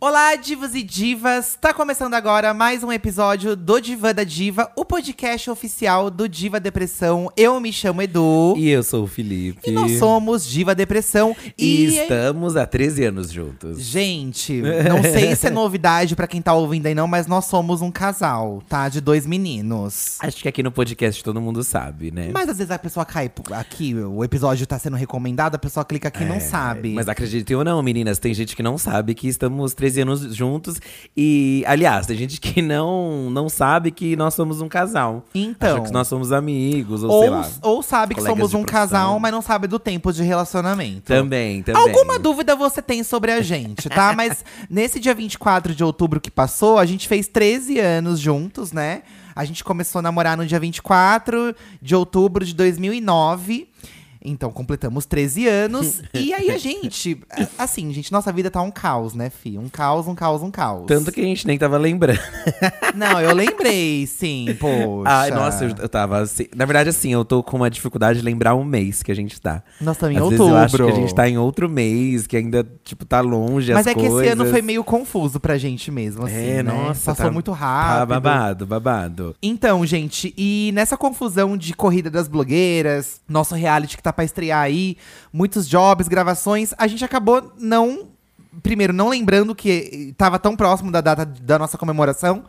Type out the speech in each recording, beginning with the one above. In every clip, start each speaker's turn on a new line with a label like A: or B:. A: Olá, divos e divas! Tá começando agora mais um episódio do Divã da Diva, o podcast oficial do Diva Depressão. Eu me chamo Edu.
B: E eu sou o Felipe.
A: E nós somos Diva Depressão
B: E
A: e.
B: estamos há 13 anos juntos.
A: Gente, não sei se é novidade pra quem tá ouvindo aí não, mas nós somos um casal, tá? De dois meninos.
B: Acho que aqui no podcast todo mundo sabe, né?
A: Mas às vezes a pessoa cai p- aqui, o episódio tá sendo recomendado, a pessoa clica aqui e não sabe.
B: É, Mas acreditem ou não, meninas, tem gente que não sabe que estamos 13 anos juntos. E, aliás, tem gente que não, não sabe que nós somos um casal.
A: Então.
B: Acha que nós somos amigos, ou, sei
A: ou,
B: lá.
A: ou sabe que
B: colegas
A: somos
B: de
A: um
B: profissão.
A: casal, mas não sabe do tempo de relacionamento.
B: Também, também.
A: Alguma dúvida você tem sobre a gente, tá? Mas nesse dia 24 de outubro que passou, a gente fez 13 anos juntos, né? A gente começou a namorar no dia 24 de outubro de 2009. Então, completamos 13 anos. e aí, a gente. a- Assim, gente, nossa vida tá um caos, né, Fi? Um caos, um caos, um caos.
B: Tanto que a gente nem tava lembrando.
A: Não, eu lembrei, sim, poxa.
B: Ai, nossa, eu, eu tava assim. Na verdade, assim, eu tô com uma dificuldade de lembrar o mês que a gente tá.
A: Nós estamos em
B: Às
A: outubro.
B: Vezes eu acho que a gente tá em outro mês, que ainda, tipo, tá longe
A: Mas
B: as
A: é que
B: coisas.
A: esse ano foi meio confuso pra gente mesmo, assim, né?
B: É, nossa,
A: Passou
B: tá-
A: muito
B: Tá
A: rápido.
B: babado, babado.
A: Então, gente, e nessa confusão de corrida das blogueiras, nosso reality que tá pra estrear aí, muitos jobs, gravações, a gente acabou não. Primeiro, não lembrando que tava tão próximo da data da nossa comemoração.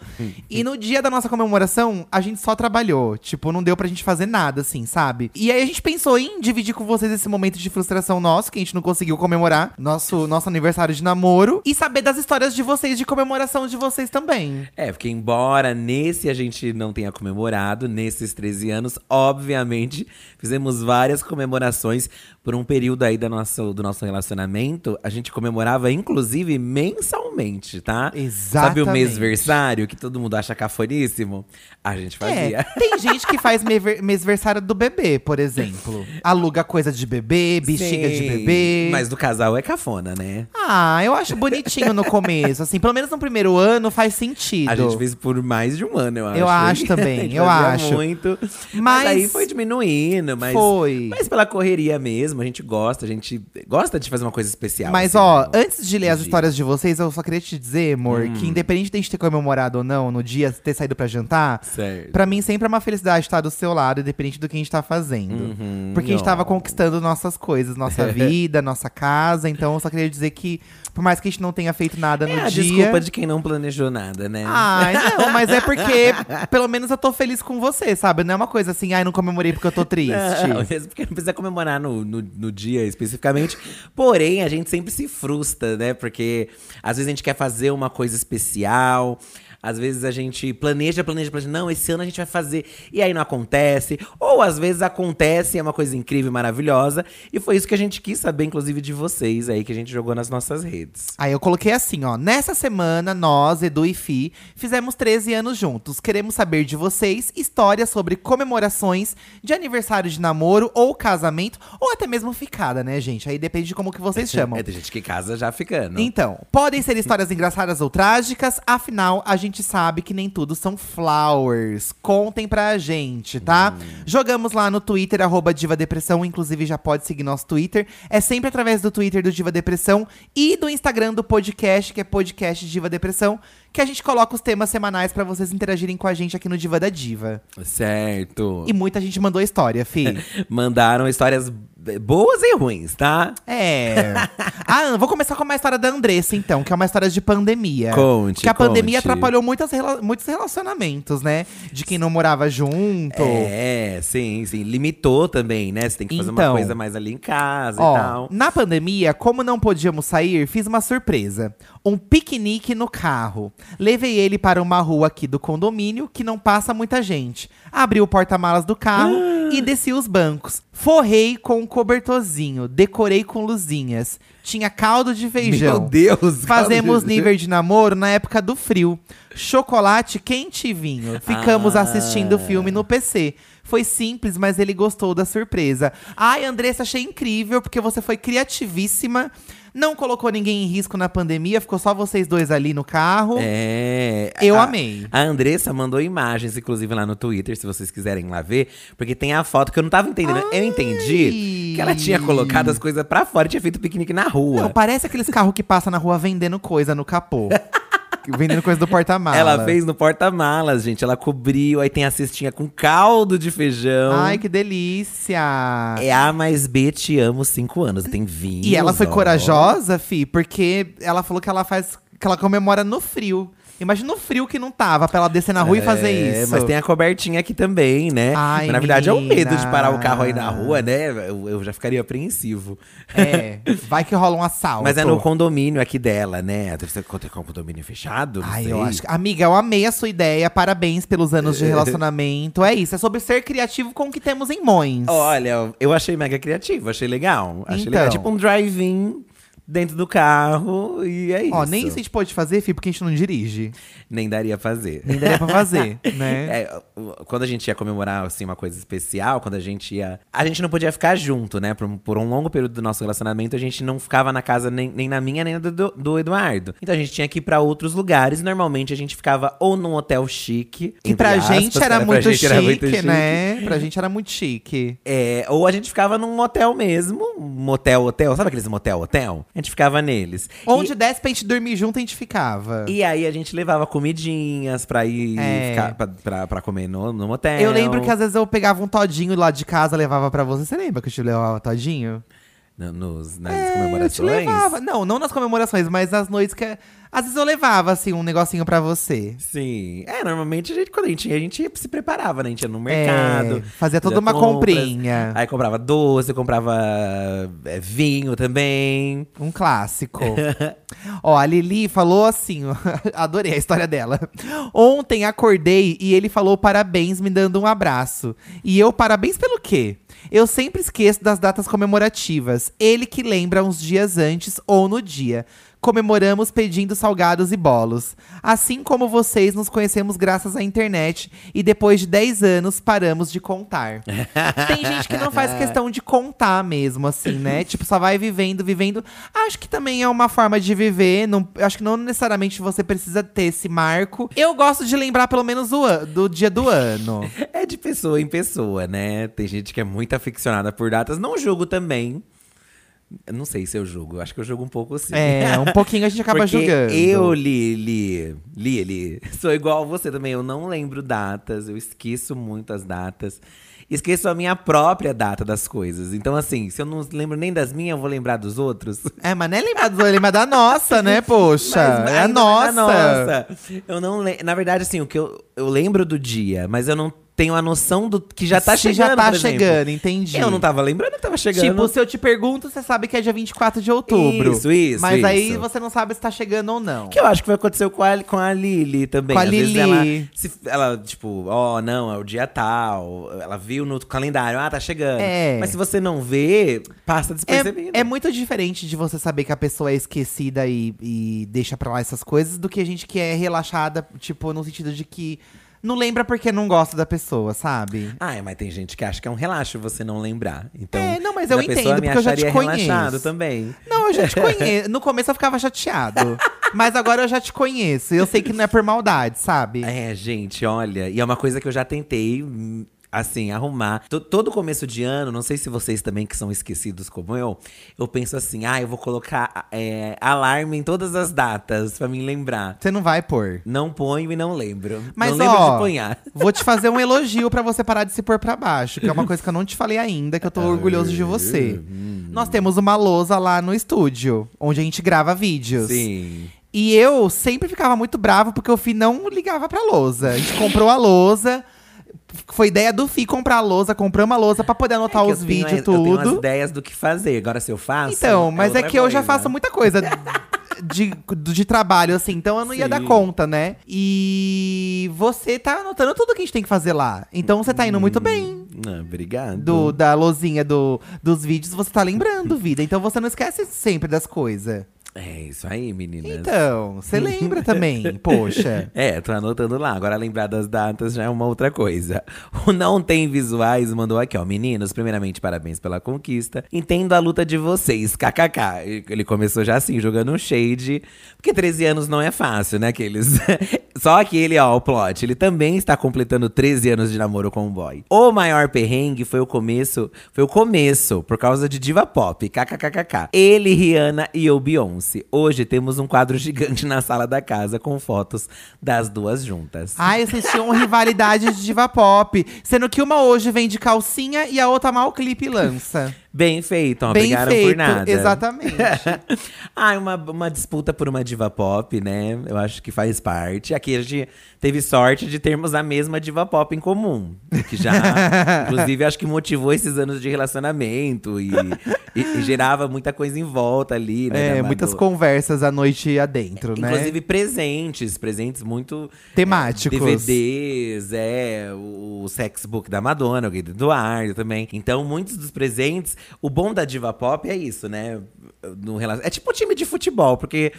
A: e no dia da nossa comemoração, a gente só trabalhou. Tipo, não deu pra gente fazer nada, assim, sabe? E aí a gente pensou em dividir com vocês esse momento de frustração nosso, que a gente não conseguiu comemorar nosso, nosso aniversário de namoro. E saber das histórias de vocês, de comemoração de vocês também.
B: É, porque embora nesse a gente não tenha comemorado, nesses 13 anos, obviamente, fizemos várias comemorações por um período aí da nossa, do nosso relacionamento. A gente comemorava, inclusive, mensalmente, tá? Sabe o
A: Exatamente.
B: mêsversário, que todo mundo acha cafoníssimo? A gente fazia.
A: É, tem gente que faz mever- mesversário do bebê, por exemplo. Aluga coisa de bebê, bexiga de
B: Sim,
A: bebê.
B: Mas do casal é cafona, né?
A: Ah, eu acho bonitinho no começo, assim. Pelo menos no primeiro ano faz sentido.
B: A gente fez por mais de um ano, eu acho.
A: Eu acho também,
B: A gente
A: eu
B: fazia
A: acho.
B: muito. Mas,
A: Mas-
B: aí foi diminuindo, mas.
A: Foi.
B: Mas pela correria mesmo, a gente gosta, a gente gosta de fazer uma coisa especial.
A: Mas,
B: assim,
A: ó,
B: no-
A: antes de ler
B: no
A: as
B: dia.
A: histórias de vocês, eu só queria te dizer, amor,
B: Hum.
A: que independente de a gente ter comemorado ou não no dia, ter saído pra jantar,
B: Certo.
A: pra mim sempre é uma felicidade estar do seu lado, independente do que a gente tá fazendo.
B: Uhum,
A: Porque a gente tava
B: ó.
A: conquistando nossas coisas, nossa vida, nossa casa. Então eu só queria dizer que, por mais que a gente não tenha feito nada
B: É
A: no
B: a
A: dia. Ah,
B: desculpa de quem não planejou nada, né?
A: Ai, não, mas é porque pelo menos eu tô feliz com você, sabe? Não é uma coisa assim, ai, não comemorei porque eu tô triste.
B: Não, mesmo porque não precisa comemorar no, no, no dia especificamente. Porém, a gente sempre se frustra, né? Porque às vezes a gente quer fazer uma coisa especial. Às vezes a gente planeja, planeja, planeja. Não, esse ano a gente vai fazer. E aí não acontece. Ou às vezes acontece, é uma coisa incrível, maravilhosa. E foi isso que a gente quis saber, inclusive, de vocês aí, que a gente jogou nas nossas redes.
A: Aí eu coloquei assim, ó. Nessa semana, nós, Edu e Fi, fizemos 13 anos juntos. Queremos saber de vocês histórias sobre comemorações de aniversário de namoro ou casamento, ou até mesmo ficada, né, gente? Aí depende de como que vocês chamam.
B: É, tem gente que casa já ficando.
A: Então, podem ser histórias engraçadas ou trágicas, afinal, a gente sabe que nem tudo são flowers. Contem pra gente, tá? Jogamos lá no Twitter, arroba Diva Depressão, inclusive já pode seguir nosso Twitter. É sempre através do Twitter do Diva Depressão e do Instagram do podcast, que é podcast Diva Depressão, que a gente coloca os temas semanais pra vocês interagirem com a gente aqui no Diva da Diva.
B: Certo.
A: E muita gente mandou história, fi.
B: Mandaram histórias b- boas e ruins, tá?
A: É. ah, vou começar com uma história da Andressa, então, que é uma história de pandemia.
B: Conte,
A: É. Que a pandemia
B: conte.
A: atrapalhou muitas rela- muitos relacionamentos, né? De quem não morava junto.
B: É, sim, sim. Limitou também, né? Você tem que fazer uma
A: Então.
B: coisa mais ali em casa e
A: Ó,
B: tal.
A: na pandemia, como não podíamos sair, fiz uma surpresa. Um piquenique no carro. Levei ele para uma rua aqui do condomínio que não passa muita gente. Abri o porta-malas do carro
B: Ah.
A: e desci os bancos. Forrei com um cobertorzinho, decorei com luzinhas. Tinha caldo de feijão.
B: Meu Deus!
A: Fazemos
B: cara.
A: nível de namoro na época do frio. Chocolate quente e vinho. Ficamos
B: Ah.
A: assistindo o filme no PC. Foi simples, mas ele gostou da surpresa. Ai, Andressa, achei incrível, porque você foi criativíssima Não colocou ninguém em risco na pandemia, ficou só vocês dois ali no carro.
B: É.
A: Eu
B: a-
A: amei.
B: A Andressa mandou imagens, inclusive, lá no Twitter, se vocês quiserem lá ver. Porque tem a foto que eu não tava entendendo. Eu entendi que ela tinha colocado as coisas pra fora e tinha feito piquenique na rua.
A: Não, parece aqueles carros que passa na rua vendendo coisa no capô. vendendo coisa do porta-malas.
B: Ela fez no porta-malas, gente. Ela cobriu, aí tem a cestinha com caldo de feijão.
A: Ai, que delícia!
B: É A mais B, te amo, cinco anos. Tem 20.
A: E ela foi
B: ó.
A: corajosa, fi, porque ela falou que ela faz. que ela comemora no frio. Imagina o frio que não tava pra ela descer na rua e fazer
B: É,
A: isso.
B: mas tem a cobertinha aqui também, né?
A: Ai,
B: Mas, na verdade, é um medo de
A: menina.
B: parar o carro aí na rua, né? Eu, eu já ficaria apreensivo.
A: É, vai que rola um assalto.
B: Mas é no condomínio aqui dela, né? Deve ser contra- com o condomínio fechado? não
A: Ai,
B: sei. É.
A: eu acho que. é Amiga, eu amei a sua ideia. Parabéns pelos anos de relacionamento. É isso, é sobre ser criativo com o que temos em Mões.
B: Olha, eu achei mega criativo, achei legal. Achei
A: Então.
B: legal. Tipo um drive-in dentro do carro e é isso.
A: Ó, nem isso a gente pode fazer, fi, porque a gente não dirige.
B: Nem daria fazer.
A: Nem daria pra fazer, né?
B: É, o- quando a gente ia comemorar assim, uma coisa especial, quando a gente ia. A gente não podia ficar junto, né? Por, um- por um longo período do nosso relacionamento, a gente não ficava na casa nem, nem na minha, nem na do, do Eduardo. Então a gente tinha que ir pra outros lugares. Normalmente a gente ficava ou num hotel chique.
A: Que pra
B: entre
A: gente,
B: aspas,
A: era,
B: né? Pra
A: muito
B: gente
A: chique,
B: era muito
A: né? Pra gente era muito chique.
B: É, ou a gente ficava num motel mesmo, um motel, hotel, sabe aqueles motel, hotel? A gente ficava neles.
A: Onde desse pra gente dormir junto, a gente ficava.
B: E, e aí a gente levava comidinhas pra ir
A: É.
B: ficar, pra, pra, pra comer no, no motel.
A: Eu lembro que às vezes eu pegava um todinho lá de casa, levava pra você. Você lembra que eu te levava todinho?
B: No- nos, nas
A: eu te
B: comemorações.
A: É, levava. Não, não nas comemorações, mas nas noites que… é, Às vezes eu levava, assim, um negocinho pra você.
B: Sim. É, normalmente a gente, quando a gente ia, a gente se preparava, né? A gente ia no
A: É,
B: mercado.
A: fazia toda uma
B: compras.
A: comprinha.
B: Aí comprava doce, comprava é, vinho também.
A: Um clássico. Ó, a Lili falou assim, ó, adorei a história dela. Ontem acordei e ele falou parabéns me dando um abraço. E eu, parabéns pelo quê? Eu sempre esqueço das datas comemorativas. Ele que lembra uns dias antes ou no dia. Comemoramos pedindo salgados e bolos. Assim como vocês, nos conhecemos graças à internet e depois de 10 anos paramos de contar. Tem gente que não faz questão de contar mesmo, assim, né? Tipo, só vai vivendo, vivendo. Acho que também é uma forma de viver. Não, acho que não necessariamente você precisa ter esse marco. Eu gosto de lembrar pelo menos o an- do dia do ano.
B: É de pessoa em pessoa, né? Tem gente que é muito aficionada por datas. Não julgo também. Eu Não sei se eu julgo. Acho que eu julgo um pouco sim.
A: É, um pouquinho a gente acaba
B: Porque
A: julgando.
B: Eu, Lili, Lili, sou igual a você também. Eu não lembro datas, eu esqueço muito as datas. Esqueço a minha própria data das coisas. Então, assim, se eu não lembro nem das minhas, eu vou lembrar dos outros.
A: É, mas não é lembrar do lembra da nossa, né, poxa?
B: Mas
A: é a
B: ainda mais
A: nossa.
B: a nossa. Eu não le- Na verdade, assim, o que eu, eu lembro do dia, mas eu não tenho a noção do que já tá
A: Se
B: chegando.
A: Já tá
B: por exemplo.
A: chegando, entendi.
B: Eu não tava lembrando que tava chegando.
A: Tipo, se eu te pergunto, você sabe que é dia 24 de outubro.
B: Isso, isso,
A: Mas aí
B: isso.
A: você não sabe se tá chegando ou não.
B: Que eu acho que vai acontecer com a, com a Lili também.
A: Com a
B: Às vezes
A: Lili.
B: Ela, se- ela, tipo, ó, não, é o dia tal. Ela viu no calendário, ah, tá chegando.
A: É.
B: Mas se você não vê, passa despercebido.
A: É, é muito diferente de você saber que a pessoa é esquecida e, e deixa pra lá essas coisas do que a gente que é relaxada, tipo, no sentido de que não lembra porque não gosta da pessoa, sabe?
B: Ai, mas tem gente que acha que Ah, é um relaxo você não lembrar. Então,
A: É, não, mas eu
B: a pessoa
A: entendo,
B: me
A: porque eu já te
B: acharia
A: conheço.
B: relaxado também.
A: Não, eu já te conheço. No começo eu ficava chateado. mas agora eu já te conheço. e Eu sei que não é por maldade, sabe?
B: É, gente, olha, e é uma coisa que eu já tentei, hum, assim, arrumar. To- todo começo de ano, não sei se vocês também que são esquecidos como eu, eu penso assim, ah, eu vou colocar é, alarme em todas as datas pra me lembrar.
A: Você não vai pôr.
B: Não ponho e não lembro.
A: Mas,
B: não lembro
A: ó,
B: de ponhar.
A: Vou te fazer um elogio pra você parar de se pôr pra baixo, que é uma coisa que eu não te falei ainda, que eu tô orgulhoso de você.
B: hum.
A: Nós temos uma lousa lá no estúdio, onde a gente grava vídeos.
B: Sim.
A: E eu sempre ficava muito bravo porque o Fi não ligava pra lousa. A gente comprou a lousa. Foi ideia do Fi comprar a lousa, compramos a lousa pra poder anotar
B: É que eu
A: Tá os
B: tenho-
A: vídeos
B: Eu tenho umas
A: tudo.
B: ideias do que fazer. Agora, se eu faço.
A: Então, mas é,
B: outra
A: que eu já
B: coisa.
A: faço muita coisa de, de trabalho, assim, então eu não ia
B: Sim.
A: dar conta, né? E você tá anotando tudo que a gente tem que fazer lá. Então você tá indo muito bem.
B: Ah, obrigado.
A: Do, da lozinha do, dos vídeos, você tá lembrando, vida. Então você não esquece sempre das coisas.
B: É isso aí, meninas.
A: Então, você lembra também, poxa.
B: É, tô anotando lá. Agora lembrar das datas já é uma outra coisa. O Não Tem Visuais mandou aqui, ó. Meninos, primeiramente, parabéns pela conquista. Entendo a luta de vocês, kkk. Ele começou já assim, jogando um shade. Porque 13 anos não é fácil, né, aqueles… Só que ele, ó, o plot, ele também está completando 13 anos de namoro com um boy. O maior perrengue foi o começo, foi o começo, por causa de diva pop, kkkk. Ele, Rihanna e eu, Beyoncé. Hoje temos um quadro gigante na sala da casa com fotos das duas juntas.
A: Ai, vocês tinham rivalidade de diva pop. Sendo que uma hoje vem de calcinha e a outra mal clipe lança.
B: Bem feito, ó,
A: Bem
B: brigaram
A: feito,
B: por nada.
A: exatamente.
B: Ai, Ah, uma, uma disputa por uma diva pop, né? Eu acho que faz parte. Aqui a gente teve sorte de termos a mesma diva pop em comum. Que já, inclusive, acho que motivou esses anos de relacionamento e, e- e gerava muita coisa em volta ali, né?
A: É,
B: da-
A: muitas
B: do-
A: conversas à noite adentro, né?
B: Inclusive é, presentes, presentes muito
A: Temáticos.
B: DVDs, é, o o sex book da Madonna, o Guia do Eduardo também. Então, muitos dos presentes. O bom da diva pop é isso, né? No rela- É tipo um time de futebol, porque.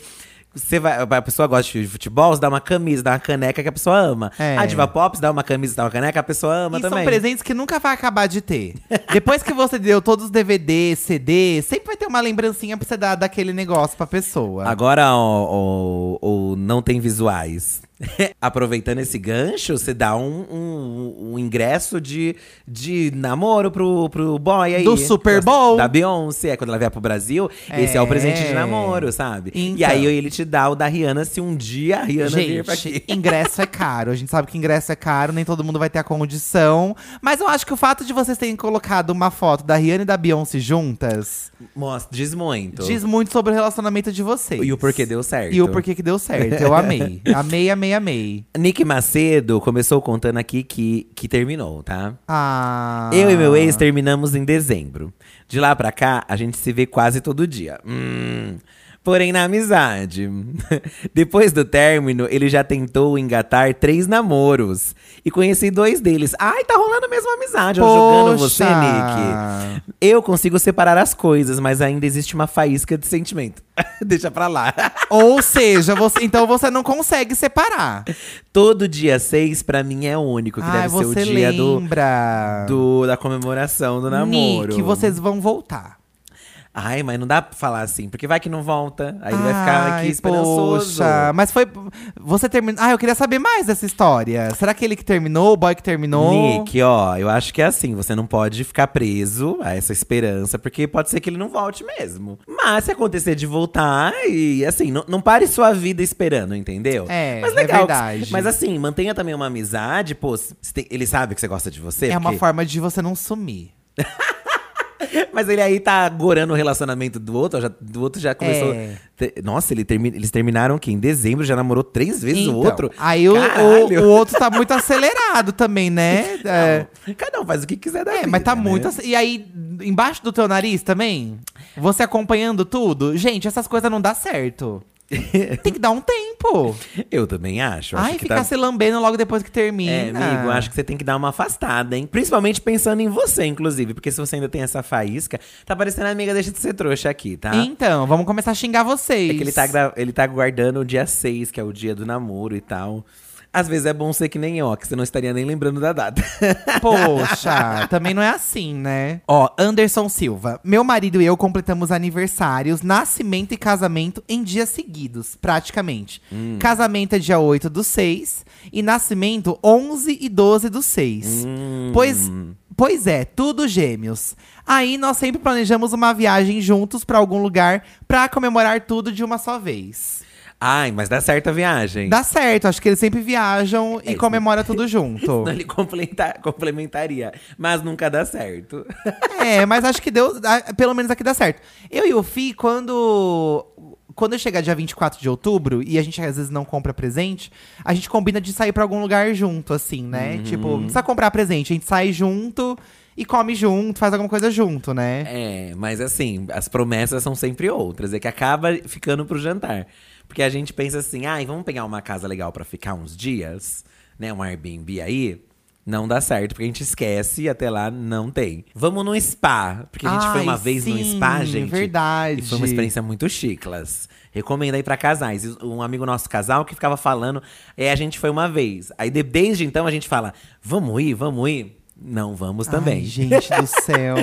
B: Você vai, a pessoa gosta de futebol, você dá uma camisa, dá uma caneca que a pessoa ama.
A: É.
B: A diva pop, você dá uma camisa, dá uma caneca, a pessoa ama
A: E
B: também.
A: são presentes que nunca vai acabar de ter. Depois que você deu todos os DVD, CD, sempre vai ter uma lembrancinha pra você dar daquele negócio pra pessoa.
B: Agora, o, o- o não tem visuais. Aproveitando esse gancho, você dá um, um- um ingresso de, de namoro pro, pro boy aí.
A: Do Super Bowl.
B: Da Beyoncé. É, quando ela vier pro Brasil, esse é o presente de namoro, sabe? E
A: Então.
B: aí ele te dá o da Rihanna se um dia a Rihanna vir pra aqui.
A: Gente, ingresso é caro. A gente sabe que ingresso é caro, nem todo mundo vai ter a condição. Mas eu acho que o fato de vocês terem colocado uma foto da Rihanna e da Beyoncé juntas
B: Mostra, diz muito.
A: diz muito sobre o relacionamento de vocês.
B: E o porquê deu certo.
A: E o porquê que deu certo. Eu amei. Amei, amei, amei.
B: Nick Macedo começou contando aqui que, que terminou, tá?
A: Ah.
B: Eu e meu ex terminamos em dezembro. De lá pra cá, a gente se vê quase todo dia. Hum, Porém, na amizade. Depois do término, ele já tentou engatar três namoros. E conheci dois deles. Ai, tá rolando mesmo a amizade. Eu jogando você,
A: Poxa!
B: Nick. Eu consigo separar as coisas, mas ainda existe uma faísca de sentimento. Deixa pra lá.
A: Ou seja, você, então você não consegue separar.
B: Todo dia seis, pra mim, é o único. Que
A: Ai,
B: deve ser o
A: você
B: dia do,
A: lembra.
B: do- da comemoração do namoro.
A: Nick, vocês vão voltar.
B: Ai, mas não dá pra falar assim, porque vai que não volta. Aí vai ficar aqui
A: Ai,
B: esperançoso.
A: Poxa, mas foi. Você terminou. Ah, eu queria saber mais dessa história. Será que ele que terminou, o boy que terminou?
B: Nick, ó, eu acho que é assim, você não pode ficar preso a essa esperança, porque pode ser que ele não volte mesmo. Mas se acontecer de voltar, e assim, não, não pare sua vida esperando, entendeu?
A: É,
B: mas
A: é
B: legal. que-
A: verdade.
B: Mas assim, mantenha também uma amizade, pô, se- se tem- ele sabe que você gosta de você.
A: É uma
B: porque-
A: forma de você não sumir.
B: Mas ele aí tá gorando o relacionamento do outro, ó, já, do outro já começou.
A: É.
B: Te- Nossa, ele termi- eles terminaram que em dezembro já namorou três vezes
A: Então,
B: o outro.
A: Aí o,
B: Caralho.
A: o, o outro tá muito acelerado também, né? É,
B: Cada um faz o que quiser da
A: é,
B: vida,
A: mas tá
B: né?
A: muito. ace- E aí, embaixo do teu nariz também? Você acompanhando tudo? Gente, essas coisas não dá certo. Tem que dar um tempo.
B: Eu também acho. acho
A: Ai, assim, né?
B: que
A: ficar
B: tá...
A: se lambendo logo depois que termina.
B: É, amigo, acho que você tem que dar uma afastada, hein? Principalmente pensando em você, inclusive. Porque se você ainda tem essa faísca, tá parecendo amiga, deixa de ser trouxa aqui, tá?
A: Então, vamos começar a xingar vocês.
B: É que ele tá, gra- ele tá guardando o dia 6, que é o dia do namoro e tal. Às vezes é bom ser que nem ó, que você não estaria nem lembrando da data.
A: Poxa, também não é assim, né? Ó, Anderson Silva. Meu marido e eu completamos aniversários, nascimento e casamento em dias seguidos, praticamente. Casamento é dia 8 do 6 e nascimento 11 e 12 do 6. Pois, pois é, tudo gêmeos. Aí nós sempre planejamos uma viagem juntos pra algum lugar pra comemorar tudo de uma só vez.
B: Ai, mas dá certo a viagem.
A: Dá certo, acho que eles sempre viajam
B: É,
A: e comemora tudo junto.
B: Senão ele complementa- complementaria. Mas nunca dá certo.
A: É, mas acho que deu. ah, Pelo menos aqui dá certo. Eu e o Fi, quando. Quando chegar dia 24 de outubro, e a gente às vezes não compra presente, a gente combina de sair pra algum lugar junto, assim,
B: Uhum.
A: né? Tipo, não precisa comprar presente, a gente sai junto e come junto, faz alguma coisa junto, né?
B: É, mas assim, as promessas são sempre outras. É que acaba ficando pro jantar. Porque a gente pensa assim, ai, vamos pegar uma casa legal pra ficar uns dias, né? Um Airbnb aí. Não dá certo, porque a gente esquece e até lá não tem. Vamos num spa, porque a gente foi
A: Ai,
B: uma vez num
A: sim,
B: spa, gente.
A: verdade.
B: E foi uma experiência muito chiclas. Recomendo aí pra casais. E Um amigo nosso casal que ficava falando, é, a gente foi uma vez. Aí de- desde então a gente fala, vamos ir, vamos ir. Não vamos também.
A: Ai, gente do céu.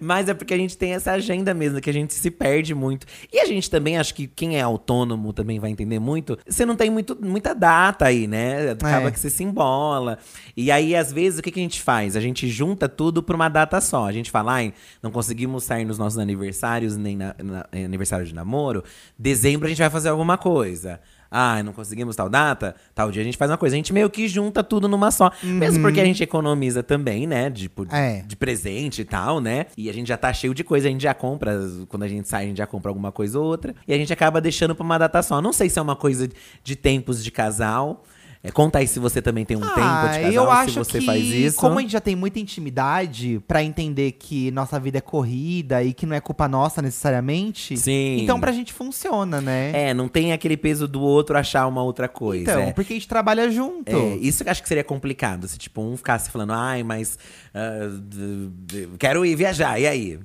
B: Mas é porque a gente tem essa agenda mesmo, que a gente se perde muito. E a gente também, acho que quem é autônomo também vai entender muito. Você não tem muito, muita data aí, né? Acaba
A: É.
B: que você se embola. E aí, às vezes, o que, que a gente faz? A gente junta tudo pra uma data só. A gente fala, ai, não conseguimos sair nos nossos aniversários, nem na, na- em aniversário de namoro. Dezembro a gente vai fazer alguma coisa. Ai, não conseguimos tal data, tal dia a gente faz uma coisa. A gente meio que junta tudo numa só. Mesmo porque a gente economiza também, né? Tipo,
A: Uhum. É.
B: de presente e tal, né? E a gente já tá cheio de coisa, a gente já compra. Quando a gente sai, a gente já compra alguma coisa ou outra. E a gente acaba deixando pra uma data só. Não sei se é uma coisa de tempos de casal. É, conta aí se você também tem um tempo de
A: Ah,
B: casal,
A: eu acho
B: se você
A: que
B: faz isso.
A: como a gente já tem muita intimidade pra entender que nossa vida é corrida e que não é culpa nossa necessariamente,
B: Sim.
A: então pra gente funciona, né?
B: É, não tem aquele peso do outro achar uma outra coisa.
A: então,
B: é.
A: porque a gente trabalha junto.
B: É, isso que eu acho que seria complicado, se tipo, um ficasse falando, ai, mas ah, d- d- quero ir viajar, e aí?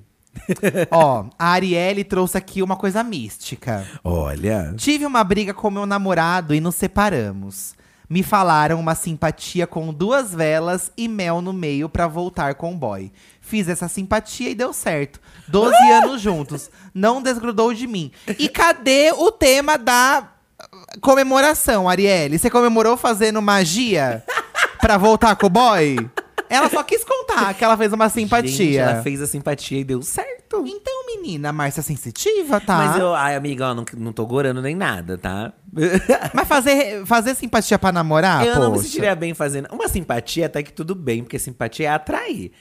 B: É.
A: Ó, a Arielle trouxe aqui uma coisa mística.
B: Olha.
A: Tive uma briga com meu namorado e nos separamos. Me falaram uma simpatia com duas velas e mel no meio pra voltar com o boy. Fiz essa simpatia e deu certo. 12 anos juntos. Não desgrudou de mim. E cadê o tema da comemoração, Arielle? Você comemorou fazendo magia pra voltar com o boy? Ela só quis contar que ela fez uma simpatia.
B: Gente, ela fez a simpatia e deu certo.
A: Então, menina, a Márcia é sensitiva, tá?
B: Mas eu, ai, amiga, ó, não, não tô gorando nem nada, tá?
A: Mas fazer, fazer simpatia pra namorar,
B: eu
A: Ah, poxa.
B: não me sentiria bem fazendo. Uma simpatia até que tudo bem, porque simpatia é atrair,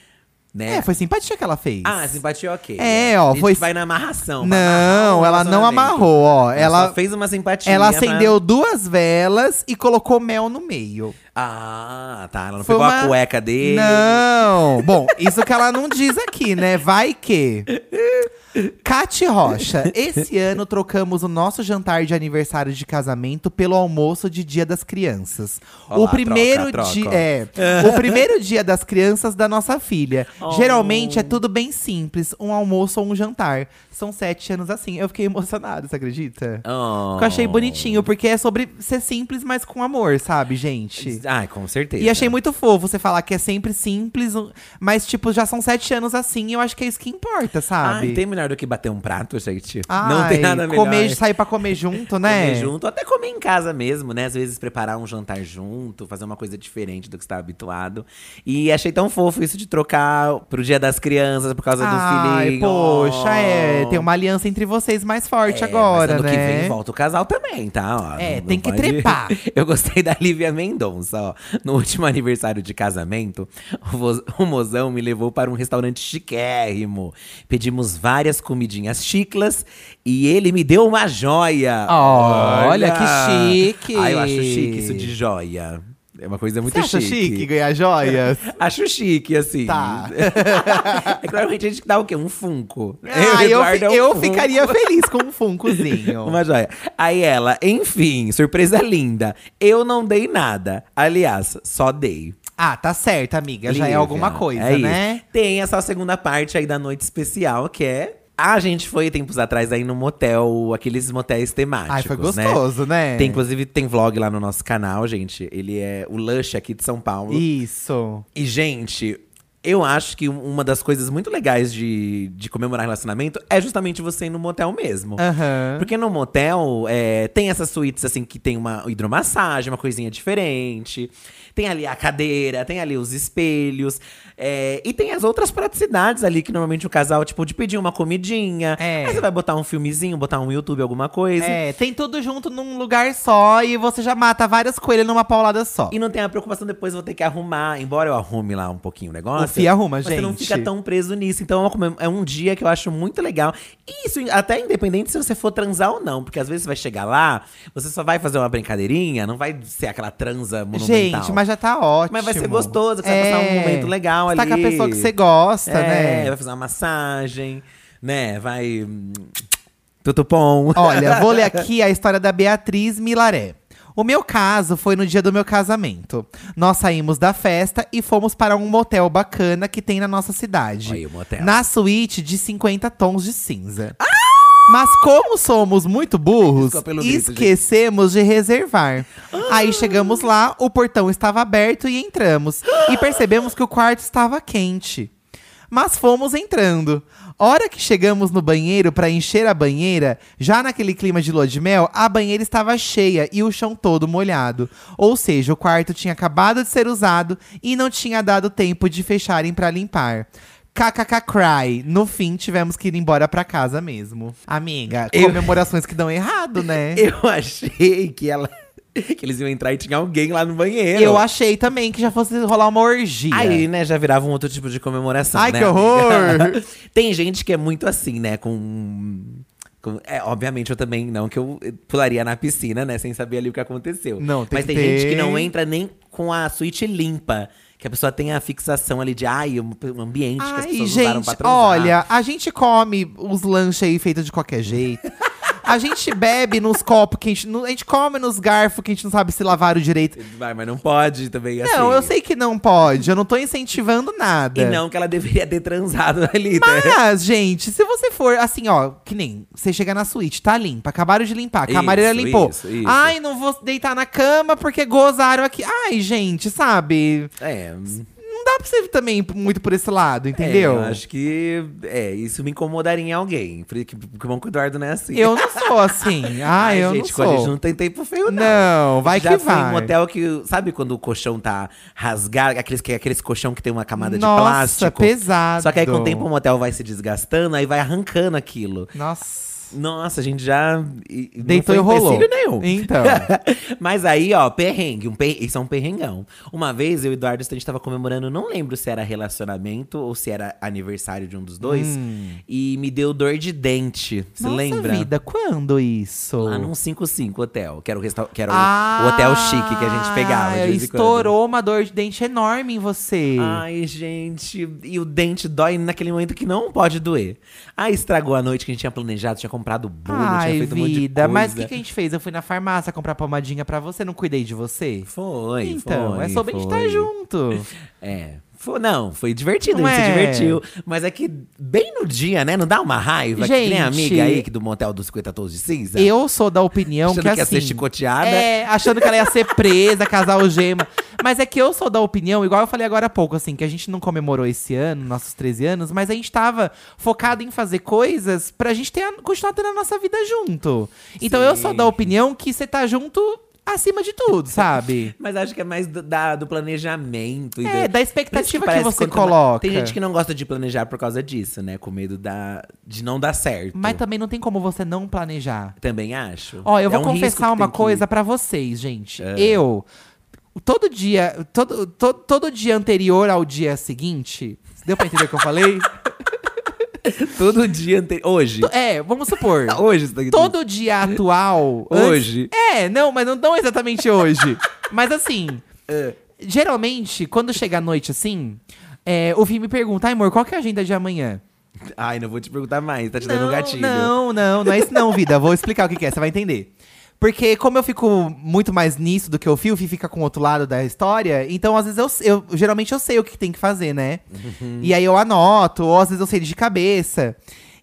B: né?
A: É, foi simpatia que ela fez.
B: Ah, simpatia ok.
A: É, ó,
B: A gente
A: foi-
B: vai na amarração. pra amarrar
A: não,
B: o
A: ela não
B: relacionamento.
A: amarrou, ó.
B: Ela
A: Ela,
B: só fez uma simpatia.
A: ela
B: pra-
A: acendeu duas velas e colocou mel no meio.
B: Ah, tá. Ela não
A: Foi
B: pegou a
A: uma-
B: cueca dele.
A: Não! Bom, isso que ela não diz aqui, né? Vai que. Cate Rocha, esse ano trocamos o nosso jantar de aniversário de casamento pelo almoço de Dia das Crianças.
B: Ó
A: o
B: lá,
A: primeiro
B: troca,
A: dia
B: troca.
A: é o primeiro dia das crianças da nossa filha. Geralmente é tudo bem simples, um almoço ou um jantar. São sete anos assim. Eu fiquei emocionada, você acredita?
B: Oh.
A: Porque Eu achei bonitinho, porque é sobre ser simples, mas com amor, sabe, gente?
B: Ai, com certeza.
A: E achei muito fofo você falar que é sempre simples, um- mas, tipo, já são sete anos assim e eu acho que é isso que importa, sabe?
B: Ai, tem melhor do que bater um prato, gente?
A: Ai,
B: não tem nada melhor.
A: comer, Sair pra comer junto, né?
B: Comer junto, até comer em casa mesmo, né? Às vezes preparar um jantar junto, fazer uma coisa diferente do que você tá habituado. E achei tão fofo isso de trocar pro Dia das Crianças por causa do
A: Ai,
B: filhinho.
A: poxa, é. Tem uma aliança entre vocês mais forte
B: É,
A: agora,
B: mas ano
A: né?
B: que vem volta o casal também, tá? Ó,
A: É, tem que trepar.
B: Eu gostei da Lívia Mendonça, ó. No último aniversário de casamento, o, vo- o mozão me levou para um restaurante chiquérrimo. Pedimos várias comidinhas chiclas e ele me deu uma joia.
A: Olha, que chique.
B: Ah, eu acho chique isso de joia. É uma coisa muito
A: Você acha chique.
B: chique.
A: ganhar joias?
B: Acho chique, assim.
A: Tá.
B: é claramente a gente dá o quê? Um funko.
A: Ah, eu,
B: Eduardo
A: fi-
B: é um
A: eu
B: funko.
A: ficaria feliz com um funkozinho.
B: Uma é joia. Aí ela, enfim, surpresa linda. Eu não dei nada. Aliás, só dei.
A: Ah, tá certo, amiga. Já é
B: Lívia,
A: alguma coisa,
B: é isso.
A: né?
B: Tem essa segunda parte aí da noite especial, que é. A gente foi tempos atrás aí no motel, aqueles motéis temáticos.
A: Ai, foi
B: né?
A: gostoso, né?
B: Tem, inclusive, tem vlog lá no nosso canal, gente. Ele é o Lush aqui de São Paulo.
A: Isso.
B: E, gente, eu acho que uma das coisas muito legais de, de comemorar relacionamento é justamente você ir no motel
A: É.
B: mesmo.
A: Aham.
B: Porque no motel é, tem essas suítes assim que tem uma hidromassagem, uma coisinha diferente. Tem ali a cadeira, tem ali os espelhos. é, e tem as outras praticidades ali que normalmente o casal, tipo, de pedir uma comidinha.
A: É.
B: Aí você vai botar um filmezinho, botar um YouTube, alguma coisa.
A: É, tem tudo junto num lugar só e você já mata várias coelhas numa paulada só.
B: E não tem a preocupação depois vou ter que arrumar. Embora eu arrume lá um pouquinho o negócio.
A: O Fih arruma,
B: mas Você não
A: gente.
B: fica tão preso nisso. Então é uma comem- é um dia que eu acho muito legal. E isso, até independente se você for transar ou não. Porque às vezes você vai chegar lá, você só vai fazer uma brincadeirinha. Não vai ser aquela transa monumental.
A: Gente, mas já tá ótimo.
B: Mas vai ser gostoso, que você vai passar um momento legal
A: Você tá
B: ali.
A: com a pessoa que você gosta,
B: é,
A: né?
B: vai fazer uma massagem, né? Vai… hum, Tutupom.
A: Olha, vou ler aqui a história da Beatriz Milaré. O meu caso foi no dia do meu casamento. Nós saímos da festa e fomos para um motel bacana que tem na nossa cidade.
B: Olha aí o motel.
A: Na suíte de 50 tons de cinza. Mas como somos muito burros,
B: Desculpa pelo grito,
A: esquecemos de reservar. Aí chegamos lá, o portão estava aberto e entramos. E percebemos que o quarto estava quente. Mas fomos entrando. Hora que chegamos no banheiro para encher a banheira, já naquele clima de lua de mel, a banheira estava cheia e o chão todo molhado. Ou seja, o quarto tinha acabado de ser usado e não tinha dado tempo de fecharem para limpar. KKK Cry. No fim, tivemos que ir embora pra casa mesmo. Amiga,
B: Eu-
A: comemorações que dão errado, né?
B: Eu achei que ela. Que eles iam entrar e tinha alguém lá no banheiro.
A: Eu achei também que já fosse rolar uma orgia.
B: Aí, né, já virava um outro tipo de comemoração.
A: Ai,
B: né,
A: que
B: amiga?
A: horror!
B: Tem gente que é muito assim, né, com. com- é, obviamente eu também não, que eu pularia na piscina, né, sem saber ali o que aconteceu.
A: Não, tem
B: Mas
A: que
B: tem gente que
A: ter-
B: não entra nem com a suíte limpa. Que a pessoa tem a fixação ali de, ai, um um ambiente que as
A: Ai,
B: pessoas usaram
A: gente,
B: pra transar.
A: olha, a gente come os lanches aí feitos de qualquer jeito. A gente bebe nos copos que a gente. não- A gente come nos garfos que a gente não sabe se lavaram direito.
B: Vai, mas não pode também, assim.
A: Não, eu sei que não pode. Eu não tô incentivando nada.
B: E não que ela deveria ter transado ali, né?
A: Mas, gente, se você for assim, ó, que nem você chega na suíte, tá limpa, acabaram de limpar, a
B: Isso,
A: camareira limpou.
B: isso, isso.
A: Ai, não vou deitar na cama porque gozaram aqui. Ai, gente, sabe?
B: É.
A: Não dá pra você ir também p- muito por esse lado, entendeu?
B: É, eu acho que. É, isso me incomodaria em alguém. Porque que bom que o Eduardo não é assim.
A: Eu não sou assim. Ai, eu
B: gente,
A: não
B: a gente
A: sou.
B: não tem tempo feio, não.
A: Não, vai
B: já
A: que
B: fui em
A: vai.
B: um hotel que. Sabe quando o colchão tá rasgado? Aqueles, que- aqueles colchão que tem uma camada
A: Nossa,
B: de plástico.
A: pesado.
B: Só que aí com o tempo o motel vai se desgastando, aí vai arrancando aquilo.
A: Nossa.
B: Nossa, a gente já. e- e não
A: Deitou
B: foi
A: e rolou.
B: empecilho nenhum.
A: Então.
B: Mas aí, ó, perrengue. Um per... Isso é um perrengão. Uma vez, eu e o Eduardo, a gente tava comemorando, não lembro se era relacionamento ou se era aniversário de um dos dois. E me deu dor de dente. Você
A: Hum. nossa
B: lembra?
A: vida, quando isso?
B: Lá num 55 hotel, que era o, resta... que era o-
A: Ah,
B: o hotel chique que a gente pegava. De vez em quando.
A: Estourou uma dor de dente enorme em você.
B: Ai, gente, e o dente dói naquele momento que não pode doer. Aí estragou a noite que a gente tinha planejado, tinha comprado bolo, tinha
A: Ai,
B: feito um monte de
A: vida,
B: coisa.
A: mas o que, que a gente fez? Eu fui na farmácia comprar pomadinha pra você, não cuidei de você?
B: Foi,
A: então,
B: foi,
A: é sobre a gente estar
B: foi.
A: junto.
B: É. Foi, não, foi divertido,
A: Não
B: a gente
A: é?
B: se divertiu. Mas é que bem no dia, né? Não dá uma raiva, que nem a
A: Gente,
B: amiga aí que do Motel dos 50 Tons de Cinza.
A: Eu sou da opinião
B: achando
A: que
B: que,
A: assim.
B: ia ser chicoteada.
A: É, achando que ela ia ser presa, casal gema. Mas é que eu sou da opinião, igual eu falei agora há pouco, assim, que a gente não comemorou esse ano, nossos 13 anos, mas a gente tava focado em fazer coisas pra gente ter a- continuar tendo a nossa vida junto. Então eu sou
B: Sim.
A: da opinião que você tá junto acima de tudo, sabe?
B: Mas acho que é mais do, da- do planejamento. e
A: É,
B: do-
A: da
B: Por isso
A: expectativa que,
B: parece
A: você
B: quanto mais-
A: coloca.
B: Tem gente que não gosta de planejar por causa disso, né? Com medo da, de não dar certo.
A: Mas também não tem como você não planejar.
B: Também acho.
A: Ó, eu
B: É
A: vou
B: um risco que
A: confessar
B: tem
A: uma
B: que- É.
A: coisa pra vocês, gente. Eu todo dia, todo, todo todo dia anterior ao dia seguinte, deu pra entender o que eu falei?
B: Todo dia anterior. Hoje.
A: É, vamos supor.
B: Hoje você tá aqui.
A: Todo dia atual. antes-
B: Hoje.
A: É, não, mas não, não exatamente hoje. mas assim,
B: É.
A: geralmente quando chega a noite assim, é, o Vim me pergunta, ai amor, qual que é a agenda de amanhã?
B: Ai, não vou te perguntar mais, tá te dando um gatilho.
A: Não, não, não é isso não, vida. Vou explicar o que, que é, você vai entender. Porque como eu fico muito mais nisso do que o Fifi fica com o outro lado da história, então às vezes eu, eu- geralmente eu sei o que tem que fazer, né?
B: Uhum.
A: e aí eu anoto, ou às vezes eu sei de cabeça.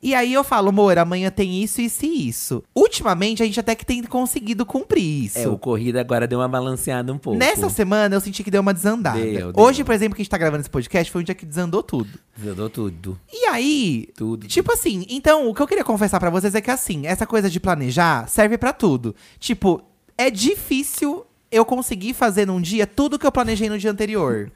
A: E aí eu falo, amor, amanhã tem isso, isso e isso. Ultimamente a gente até que tem conseguido cumprir isso.
B: É, o corrida agora deu uma balanceada um pouco.
A: Nessa semana eu senti que deu uma desandada.
B: Deu, deu.
A: Hoje, por exemplo, que a gente tá gravando esse podcast, foi um dia que desandou tudo.
B: Eu dou tudo.
A: E aí,
B: Tudo.
A: Tipo assim, então o que eu queria confessar pra vocês é que assim, essa coisa de planejar serve pra tudo. Tipo, é difícil eu conseguir fazer num dia tudo que eu planejei no dia anterior.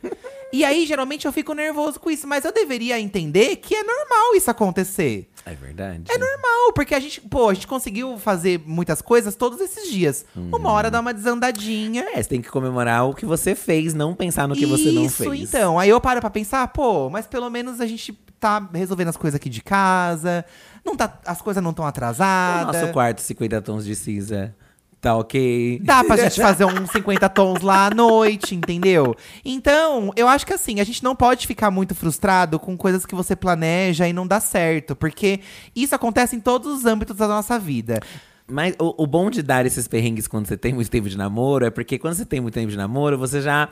A: e aí, geralmente, eu fico nervoso com isso, mas eu deveria entender que é normal isso acontecer.
B: É verdade.
A: É normal, porque a gente, pô, a gente conseguiu fazer muitas coisas todos esses dias. Uma hora dá uma desandadinha.
B: É, você tem que comemorar o que você fez, não pensar no que você não fez.
A: então. Aí eu paro pra pensar, pô, mas pelo menos a gente tá resolvendo as coisas aqui de casa. Não tá, as coisas não estão
B: O
A: atrasadas.
B: nosso quarto 50 tons de cinza tá ok.
A: Dá pra gente fazer uns 50 tons lá à noite, entendeu? Então, eu acho que assim, a gente não pode ficar muito frustrado com coisas que você planeja e não dá certo. Porque isso acontece em todos os âmbitos da nossa vida.
B: Mas o, o bom de dar esses perrengues quando você tem muito tempo de namoro é porque quando você tem muito tempo de namoro, você já.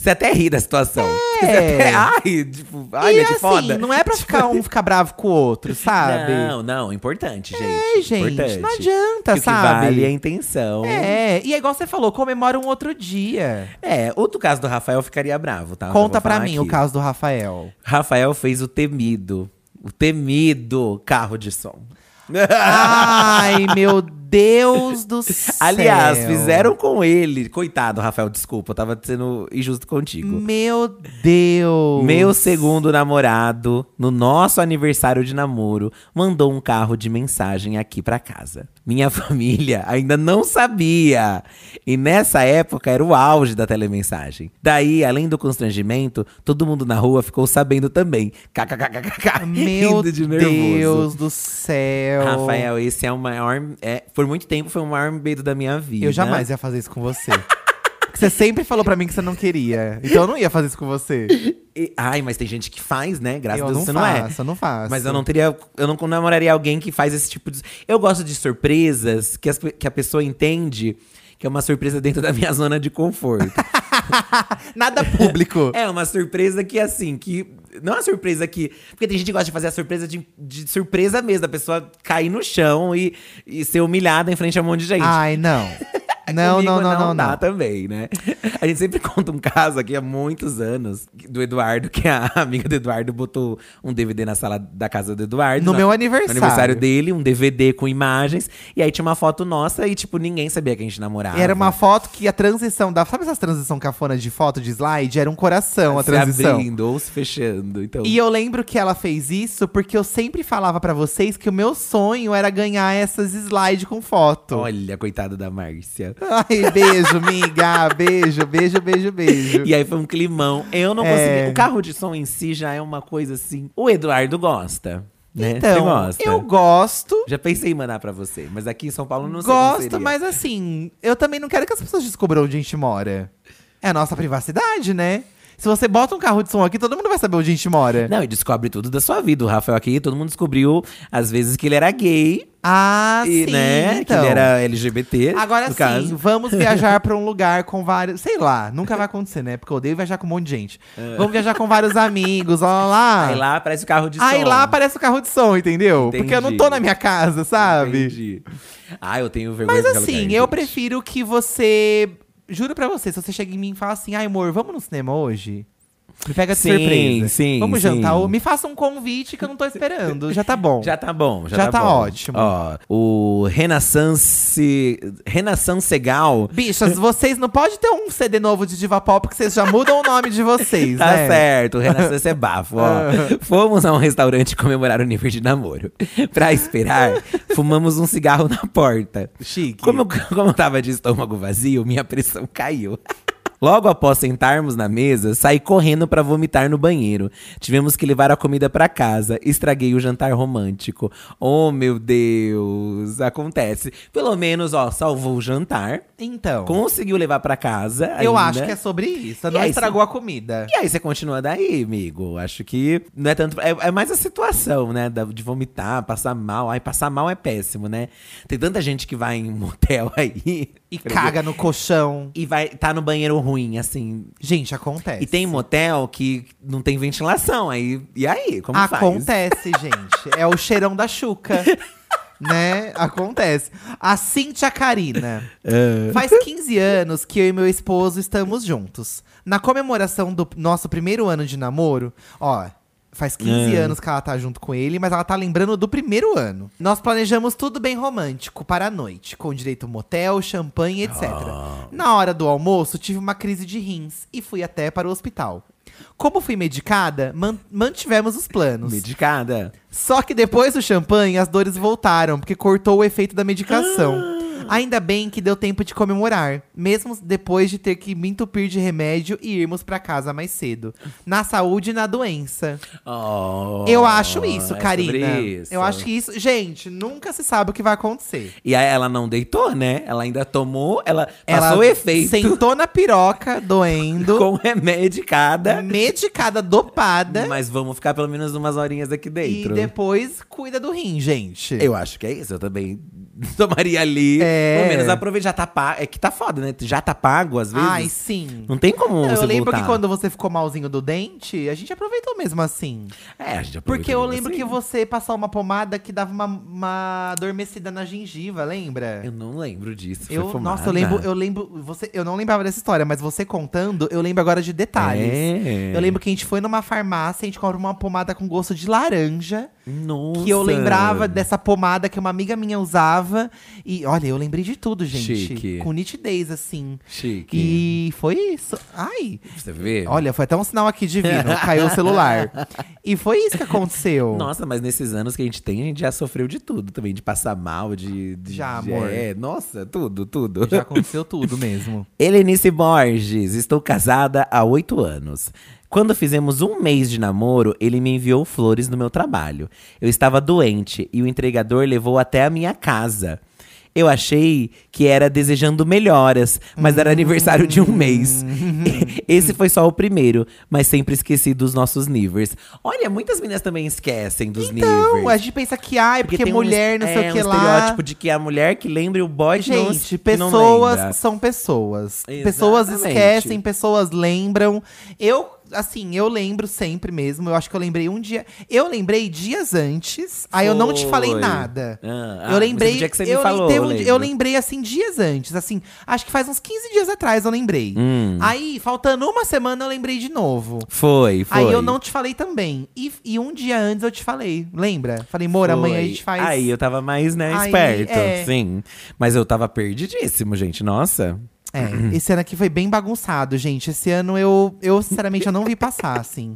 B: Você até ri da situação. Você até, ai, tipo, ai,
A: É. e
B: que
A: assim,
B: foda. Tipo,
A: não é pra ficar um ficar bravo com o outro, sabe?
B: Não, não, importante, gente.
A: É, gente,
B: importante.
A: não adianta,
B: que
A: sabe?
B: O que vale é a intenção.
A: É, e é igual você falou, comemora um outro dia.
B: É, outro caso do Rafael eu ficaria bravo, tá?
A: Conta
B: Já vou
A: pra
B: falar
A: mim
B: aqui.
A: o caso do Rafael.
B: Rafael fez o temido, o temido carro de som.
A: Ai, meu Deus do céu.
B: Aliás, fizeram com ele. Coitado, Rafael, desculpa, eu tava sendo injusto contigo.
A: Meu Deus.
B: Meu segundo namorado, no nosso aniversário de namoro, mandou um carro de mensagem aqui pra casa. Minha família ainda não sabia. E nessa época era o auge da telemensagem. Daí, além do constrangimento, todo mundo na rua ficou sabendo também. KKKKK,
A: Meu
B: rindo de nervoso.
A: Deus do céu.
B: Rafael, esse é o maior. é, por muito tempo foi o maior medo da minha vida.
A: Eu jamais ia fazer isso com você. Porque você sempre falou pra mim que você não queria. Então eu não ia fazer isso com você.
B: E- ai, mas tem gente que faz, né? Graças
A: eu
B: a Deus
A: não
B: você
A: faço,
B: não é.
A: eu não faço.
B: Mas eu não teria. Eu não namoraria alguém que faz esse tipo de. Eu gosto de surpresas que, as pe- que a pessoa entende que é uma surpresa dentro da minha zona de conforto.
A: Nada público.
B: é uma surpresa que, assim, que. Não é uma surpresa que. Porque tem gente que gosta de fazer a surpresa de, de surpresa mesmo, da pessoa cair no chão e, e ser humilhada em frente a um monte de gente.
A: Ai, não. Não,
B: Comigo
A: não, não, não,
B: dá
A: não.
B: também, né? A gente sempre conta um caso aqui há muitos anos do Eduardo, que a amiga do Eduardo botou um DVD na sala da casa do Eduardo.
A: No
B: na-
A: meu aniversário.
B: No aniversário dele, um DVD com imagens. E aí tinha uma foto nossa e, tipo, ninguém sabia que a gente namorava.
A: Era uma foto que a transição da. Sabe essas transição cafona de foto de slide? Era um coração a
B: se
A: transição.
B: abrindo ou se fechando. Então,
A: E eu lembro que ela fez isso porque eu sempre falava pra vocês que o meu sonho era ganhar essas slides com foto.
B: olha, coitada da Márcia.
A: Ai, beijo, miga. Beijo, beijo, beijo, beijo.
B: E aí foi um climão. Eu não
A: É.
B: consegui. O carro de som em si já é uma coisa assim. O Eduardo gosta. Né? Você
A: então,
B: gosta.
A: eu gosto.
B: Já pensei em mandar pra você, mas aqui em São Paulo não sei como
A: Gosto,
B: seria.
A: mas assim, eu também não quero que as pessoas descubram onde a gente mora. É a nossa privacidade, né? Se você bota um carro de som aqui, todo mundo vai saber onde a gente mora.
B: Não, e descobre tudo da sua vida. O Rafael aqui, todo mundo descobriu, às vezes, que ele era gay.
A: Ah,
B: e,
A: sim,
B: né?
A: então.
B: Que ele era LGBT.
A: Agora
B: no
A: sim,
B: Caso.
A: vamos viajar pra um lugar com vários. Sei lá, nunca vai acontecer, né? Porque eu odeio viajar com um monte de gente. Vamos viajar com vários amigos, olha lá.
B: Aí lá parece o carro de
A: Ah. Aí
B: som.
A: lá aparece o carro de som, entendeu? Porque eu não tô
B: Entendi.
A: na minha casa, sabe?
B: Entendi. Ah, eu tenho vergonha
A: Mas
B: daquele
A: assim,
B: lugar,
A: eu
B: gente.
A: prefiro que você. Juro pra você, se você chega em mim e fala assim, ai amor, vamos no cinema hoje? Me pega de
B: Sim,
A: surpresa.
B: sim,
A: vamos
B: sim.
A: jantar. Ou me faça um convite que eu não tô esperando. Já tá bom.
B: Já tá bom, já,
A: Já tá
B: bom.
A: ótimo.
B: Ó, o Renaissance. Renaissance Segal.
A: Bichas, vocês não podem ter um CD novo de Diva Pop, porque vocês já mudam o nome de vocês,
B: Tá
A: né?
B: certo, o Renaissance é bafo, ó. Fomos a um restaurante comemorar o nível de namoro. Pra esperar, fumamos um cigarro na porta.
A: Chique.
B: Como eu, como eu tava de estômago vazio, minha pressão caiu. Logo após sentarmos na mesa, saí correndo pra vomitar no banheiro. Tivemos que levar a comida pra casa. Estraguei o jantar romântico. Oh, meu Deus, acontece. Pelo menos, ó, salvou o jantar.
A: Então,
B: Conseguiu levar pra casa.
A: eu
B: ainda.
A: acho que é sobre isso. Não
B: aí,
A: estragou a comida.
B: E aí você continua daí, amigo. Acho que não é tanto. É, é mais a situação, né? da- de vomitar, passar mal. Ai, passar mal é péssimo, né? Tem tanta gente que vai em motel aí.
A: E caga no colchão.
B: E vai tá no banheiro ruim, assim.
A: Gente, acontece.
B: E tem motel que não tem ventilação. Aí, e aí? Como faz?
A: Acontece, gente. É o cheirão da Xuca. né? Acontece. A Cintia Karina. Faz 15 anos que eu e meu esposo estamos juntos. Na comemoração do nosso primeiro ano de namoro, ó. Faz 15 anos que ela tá junto com ele, mas ela tá lembrando do primeiro ano. Nós planejamos tudo bem romântico para a noite, com direito a um motel, champanhe, etc. Na hora do almoço, tive uma crise de rins e fui até para o hospital. Como fui medicada, man- mantivemos os planos.
B: Medicada.
A: Só que depois do champanhe, as dores voltaram, porque cortou o efeito da medicação.
B: Ah.
A: Ainda bem que deu tempo de comemorar, mesmo depois de ter que me entupir de remédio e irmos pra casa mais cedo. Na saúde e na doença.
B: Oh,
A: eu acho isso,
B: é
A: Karina.
B: sobre isso.
A: Eu acho que isso. Gente, nunca se sabe o que vai acontecer.
B: E aí ela não deitou, né? Ela ainda tomou, ela passou
A: Ela
B: o efeito
A: sentou na piroca, doendo,
B: com remédio cada.
A: medicada, dopada.
B: Mas vamos ficar pelo menos umas horinhas aqui
A: E
B: dentro.
A: depois cuida do rim, gente.
B: Eu acho que é isso. Eu também tomaria ali.
A: É.
B: Pelo menos aproveita, já tá pago. É que tá foda, né? Já tá pago, às vezes.
A: Ai, sim.
B: Não tem como
A: Não,
B: você
A: eu lembro
B: voltar.
A: que quando você ficou malzinho do dente, a gente aproveitou mesmo assim.
B: É, a gente aproveita
A: Porque eu
B: mesmo
A: lembro
B: assim.
A: que você passou uma pomada que dava uma, uma adormecida na gengiva, lembra?
B: Eu não lembro disso. foi
A: Eu,
B: fumada.
A: nossa, eu lembro, eu lembro. Você, eu não lembrava dessa história, mas você contando, eu lembro agora de detalhes.
B: É.
A: tá, Eu lembro que a gente foi numa farmácia, a gente comprou uma pomada com gosto de laranja.
B: Nossa.
A: Que eu lembrava dessa pomada que uma amiga minha usava. E olha, eu lembrei de tudo, gente.
B: Chique.
A: Com nitidez, assim.
B: Chique.
A: E foi isso. Ai!
B: Você vê?
A: Olha, foi até um sinal aqui divino. caiu o celular. E foi isso que aconteceu.
B: Nossa, mas nesses anos que a gente tem, a gente já sofreu de tudo também. De passar mal, de… de-
A: Já,
B: de-
A: amor.
B: É, nossa, tudo, tudo.
A: Já aconteceu tudo mesmo.
B: Helenice Borges, estou casada há oito anos. Quando fizemos um mês de namoro, ele me enviou flores no meu trabalho. Eu estava doente e o entregador levou até a minha casa. Eu achei que era desejando melhoras, mas era aniversário de
A: Hum.
B: um mês. Esse foi só o primeiro, mas sempre esqueci dos nossos níveis. Olha, muitas meninas também esquecem dos níveis.
A: Então, a gente pensa que, ai, porque,
B: tem um
A: mulher,
B: es-
A: não sei
B: é,
A: o que
B: um
A: lá.
B: estereótipo de que a mulher que lembra e o boy que não-
A: Gente,
B: que não
A: pessoas
B: lembra.
A: são pessoas. Pessoas
B: Exatamente.
A: esquecem, pessoas lembram. Eu, assim, eu lembro sempre mesmo. Eu acho que eu lembrei um dia. Eu lembrei dias antes, aí eu não te falei
B: Foi.
A: nada.
B: Ah, ah,
A: eu
B: mas
A: lembrei.
B: o dia que você me
A: eu,
B: falou,
A: teve
B: eu
A: um dia-
B: lembro.
A: eu lembrei, assim, dias antes. Assim, acho que faz uns 15 dias atrás eu lembrei.
B: Hum.
A: Aí, faltando uma semana, eu lembrei de novo.
B: Foi, foi.
A: Aí eu não te falei também. E, e um dia antes eu te falei, lembra? Falei, amor, amanhã a
B: Foi.
A: gente faz.
B: Aí eu tava mais, né,
A: Aí,
B: esperto,
A: é.
B: sim. Mas eu tava perdidíssimo, gente. Nossa. Uhum.
A: É, esse ano aqui foi bem bagunçado, gente. Esse ano eu, eu sinceramente, eu não vi passar, assim.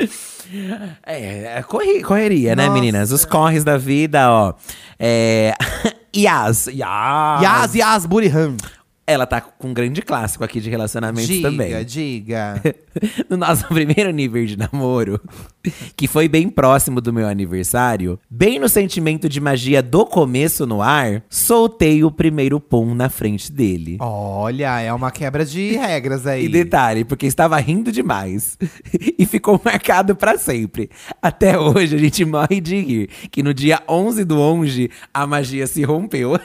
B: É, é corri- correria, né,
A: Nossa.
B: meninas? Os corres da vida, ó. É. Yas, Yas. Ah.
A: Yas, Yas, Buriham.
B: Ela tá com um grande clássico aqui de relacionamentos
A: Diga,
B: também.
A: diga.
B: no nosso primeiro nível de namoro, que foi bem próximo do meu aniversário, bem no sentimento de magia do começo no ar, soltei o primeiro pum na frente dele.
A: Olha, é uma quebra de regras aí.
B: E detalhe, porque estava rindo demais. e ficou marcado pra sempre. Até hoje a gente morre de rir. Que no dia 11 do 11, a magia se rompeu.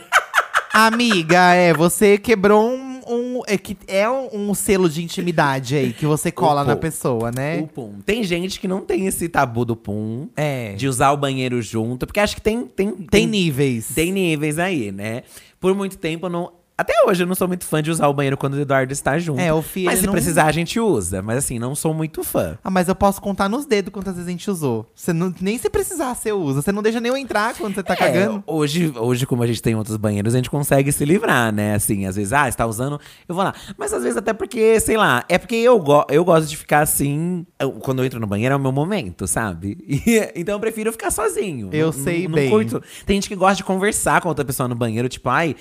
A: Amiga, é, você quebrou um. um- é, que é um, um selo de intimidade aí que você cola
B: pô.
A: na pessoa, né?
B: O pum. Tem gente que não tem esse tabu do pum.
A: É.
B: De usar o banheiro junto. Porque acho que tem… Tem,
A: Tem níveis.
B: Tem níveis aí, né? Por muito tempo eu não… Até hoje eu não sou muito fã de usar o banheiro quando o Eduardo está junto.
A: É, o Fih,
B: Mas
A: ele
B: se
A: não-
B: precisar a gente usa. Mas assim, não sou muito fã.
A: Ah, mas eu posso contar nos dedos quantas vezes a gente usou. Você não, nem se precisar, você usa. Você não deixa nem eu entrar quando você tá
B: É,
A: cagando.
B: Hoje, hoje, como a gente tem outros banheiros, a gente consegue se livrar, né? Assim, às vezes, ah, está usando, eu vou lá. Mas às vezes até porque, sei lá, é porque eu, go eu gosto de ficar assim. eu- quando eu entro no banheiro é o meu momento, sabe? E- então eu prefiro ficar sozinho.
A: Eu
B: Não-
A: sei
B: não,
A: bem.
B: Não curto. Tem gente que gosta de conversar com outra pessoa no banheiro, tipo, ai,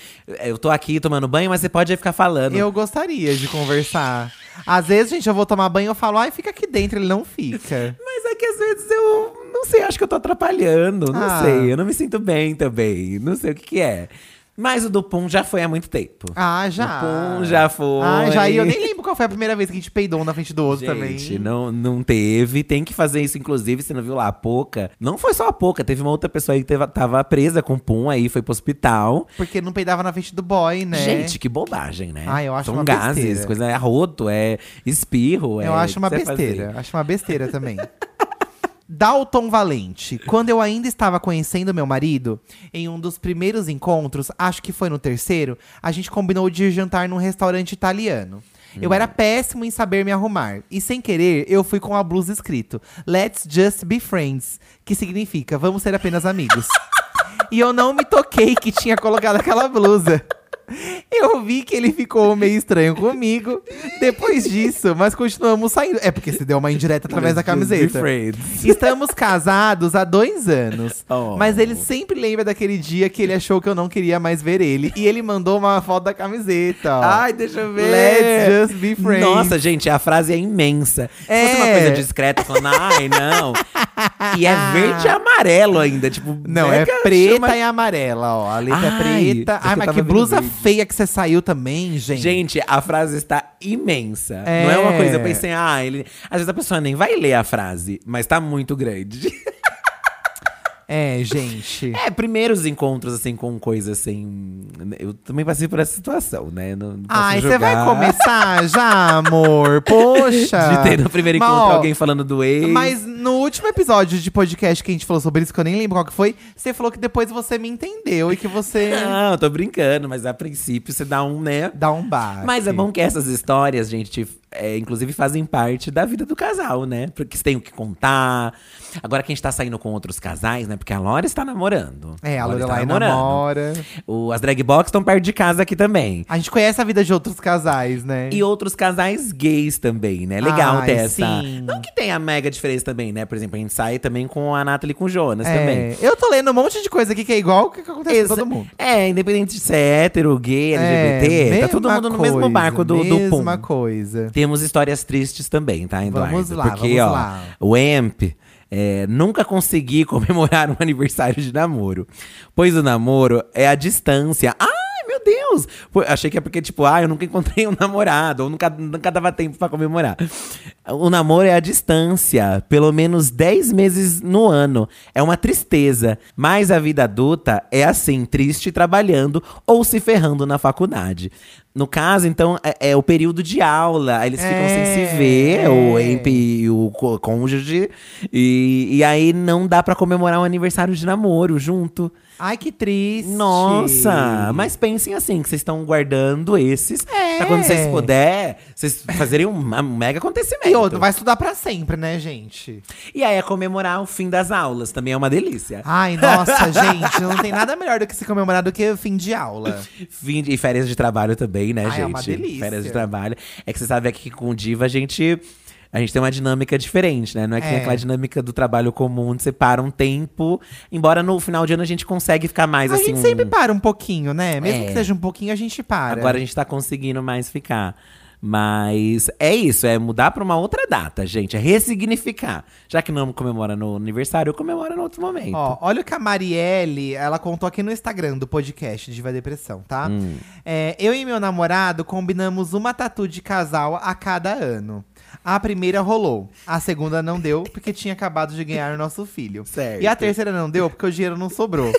B: eu tô aqui tomando banho, mas você pode aí ficar falando.
A: Eu gostaria de conversar. Às vezes, gente, eu vou tomar banho e eu falo, ai, fica aqui dentro, ele não fica.
B: Mas é que às vezes eu não sei, acho que eu tô atrapalhando, não
A: Ah.
B: sei. Eu não me sinto bem também, não sei o que que é. Mas o do Pum já foi há muito tempo.
A: Ah, já.
B: Pum, já foi.
A: Ah, já. E eu nem lembro qual foi a primeira vez que a gente peidou um na frente do outro também.
B: Gente, não, não teve. Tem que fazer isso, inclusive, você não viu lá, a Poca. Não foi só a Poca, teve uma outra pessoa aí que teve- tava presa com Pum, aí foi pro hospital.
A: Porque não peidava na frente do boy, né?
B: Gente, que bobagem, né?
A: Ah, eu acho
B: São
A: uma
B: gases,
A: besteira.
B: coisa é arroto, é espirro. é
A: eu acho
B: o
A: uma
B: que você vai
A: besteira.
B: fazer.
A: Acho uma besteira também. Dalton Valente. Quando eu ainda estava conhecendo meu marido, em um dos primeiros encontros, acho que foi no terceiro, a gente combinou de ir jantar num restaurante italiano. Eu
B: Hum.
A: era péssimo em saber me arrumar. E sem querer, eu fui com a blusa escrito Let's just be friends. Que significa, vamos ser apenas amigos. e eu não me toquei que tinha colocado aquela blusa. Eu vi que ele ficou meio estranho comigo depois disso, mas continuamos saindo. É porque se deu uma indireta através da
B: Just be
A: camiseta.
B: friends.
A: Estamos casados há dois anos.
B: Oh.
A: Mas ele sempre lembra daquele dia que ele achou que eu não queria mais ver ele. E ele mandou uma foto da camiseta, ó.
B: Ai, deixa eu ver.
A: Let's just be friends.
B: Nossa, gente, a frase é imensa. Se fosse uma
A: É.
B: coisa discreta, falando, ai, não. E é verde e amarelo ainda, tipo…
A: Não, é
B: mega
A: preta
B: chama-
A: e amarela, ó. A letra
B: Ai,
A: é preta.
B: eu
A: Ai, mas
B: tava
A: que
B: vendo
A: blusa
B: o vídeo.
A: feia que você saiu também, gente.
B: Gente, a frase está imensa.
A: É.
B: Não é uma coisa, eu pensei, ah, ele… Às vezes a pessoa nem vai ler a frase, mas tá muito grande.
A: É, gente.
B: É, primeiros encontros, assim, com coisas assim. Eu também passei por essa situação, né? Não, não posso
A: Ai, você
B: julgar.
A: vai começar já, amor? Poxa!
B: De ter no primeiro
A: Mas,
B: encontro
A: ó,
B: alguém falando do ex.
A: Mas no último episódio de podcast que a gente falou sobre isso, que eu nem lembro qual que foi, você falou que depois você me entendeu e que você
B: Não, eu tô brincando, mas a princípio você dá um, né?
A: dá um bar.
B: Mas é bom que essas histórias, gente, é, inclusive fazem parte da vida do casal, né? Porque você tem o que contar. Agora quem está tá saindo com outros casais, né? Porque a Laura está namorando.
A: É, a
B: Laura está
A: Lorelai
B: tá namorando.
A: namora.
B: O- as drag box estão perto de casa aqui também.
A: A gente conhece a vida de outros casais, né?
B: E outros casais gays também, né? Legal
A: Ai,
B: ter essa.
A: sim.
B: Não que tenha mega diferença também, né? Por exemplo, a gente sai também com a Nathalie e com o Jonas também.
A: É, eu tô lendo um monte de coisa aqui que é igual o que acontece
B: Exa-
A: com todo mundo. É,
B: É, independente de se é hétero, gay, LGBT, tá
A: mesma
B: todo mundo no mesmo
A: coisa,
B: barco do, do pum.
A: Mesma coisa.
B: Temos histórias tristes também, tá, Eduardo?
A: Vamos lá,
B: Porque,
A: vamos
B: ó,
A: lá.
B: o EMP é, nunca consegui comemorar um aniversário de namoro. Pois o namoro é a distância. Ai, meu Deus! Pô, achei que é porque, tipo, ah, eu nunca encontrei um namorado, ou nunca, nunca dava tempo pra comemorar. O namoro é a distância, pelo menos 10 meses no ano. É uma tristeza. Mas a vida adulta é assim, triste trabalhando ou se ferrando na faculdade. No caso, então, é, é o período de aula. Aí eles ficam sem se ver,
A: É.
B: o EMP e o co- cônjuge. E, e aí não dá pra comemorar um aniversário de namoro junto.
A: Ai, que triste.
B: Nossa! Mas pensem assim, que vocês estão guardando esses.
A: É.
B: Pra quando vocês puder, vocês fazerem um ma- um mega acontecimento.
A: E outro, vai estudar pra sempre, né, gente?
B: E aí é comemorar o fim das aulas, também é uma delícia.
A: Ai, nossa, gente, não tem nada melhor do que se comemorar do que fim de aula.
B: Fim de, e férias de trabalho também, né,
A: Ah,
B: gente?
A: é uma delícia.
B: Férias de trabalho. É que você sabe aqui que com o Diva a gente. A gente tem uma dinâmica diferente, né? Não é que tem
A: É.
B: aquela dinâmica do trabalho comum, onde você para um tempo. Embora no final de ano a gente consegue ficar mais
A: a
B: assim.
A: gente sempre
B: um-
A: para um pouquinho, né? Mesmo
B: É.
A: que seja um pouquinho, a gente para.
B: Agora a gente tá conseguindo mais ficar. Mas é isso, é mudar pra uma outra data, gente. É ressignificar. Já que não comemora no aniversário, comemora no outro momento.
A: Ó, olha o que a Marielle, ela contou aqui no Instagram do podcast Diva Depressão, tá?
B: Hum.
A: É, eu e meu namorado combinamos uma tatu de casal a cada ano. A primeira rolou, a segunda não deu, porque tinha acabado de ganhar o nosso filho.
B: Certo.
A: E a terceira não deu, porque o dinheiro não sobrou.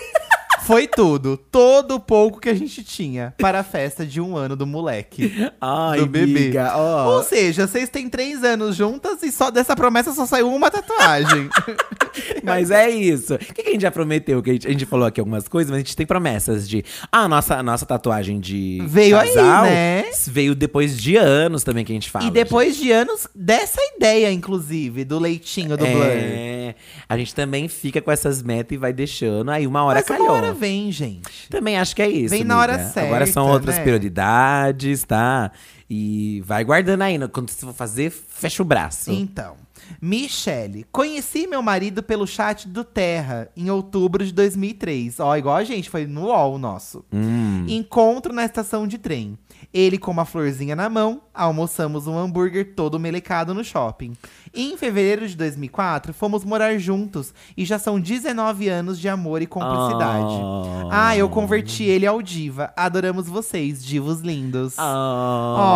A: Foi tudo, todo o pouco que a gente tinha para a festa de um ano do moleque.
B: Ai,
A: do bebê.
B: amiga, ó.
A: Ou seja, vocês têm três anos juntas e só dessa promessa só saiu uma tatuagem.
B: Mas é isso. O que, que a gente já prometeu? Que a, gente, a gente falou aqui algumas coisas, mas a gente tem promessas de. Ah, a nossa, a nossa tatuagem de.
A: Veio aí,
B: casal
A: né?
B: Veio depois de anos também que a gente fala.
A: E depois de anos dessa ideia, inclusive, do leitinho do
B: gente.
A: Blur.
B: É, a gente também fica com essas metas e vai deixando. Aí uma hora
A: Mas
B: calhou.
A: uma hora vem, gente.
B: Também acho que é isso.
A: Vem na hora
B: amiga.
A: certa,
B: Agora são outras
A: né?
B: prioridades, tá? E vai guardando aí. no- Quando você for fazer, fecha o braço.
A: Então, Michele, conheci meu marido pelo chat do Terra em outubro de 2003. Ó, igual a gente, foi no UOL o nosso.
B: Hum.
A: Encontro na estação de trem. Ele com uma florzinha na mão, almoçamos um hambúrguer todo melecado no shopping. Em fevereiro de 2004, fomos morar juntos e já são 19 anos de amor e cumplicidade.
B: Oh.
A: Ah, eu converti ele ao diva. Adoramos vocês, divos lindos.
B: Oh.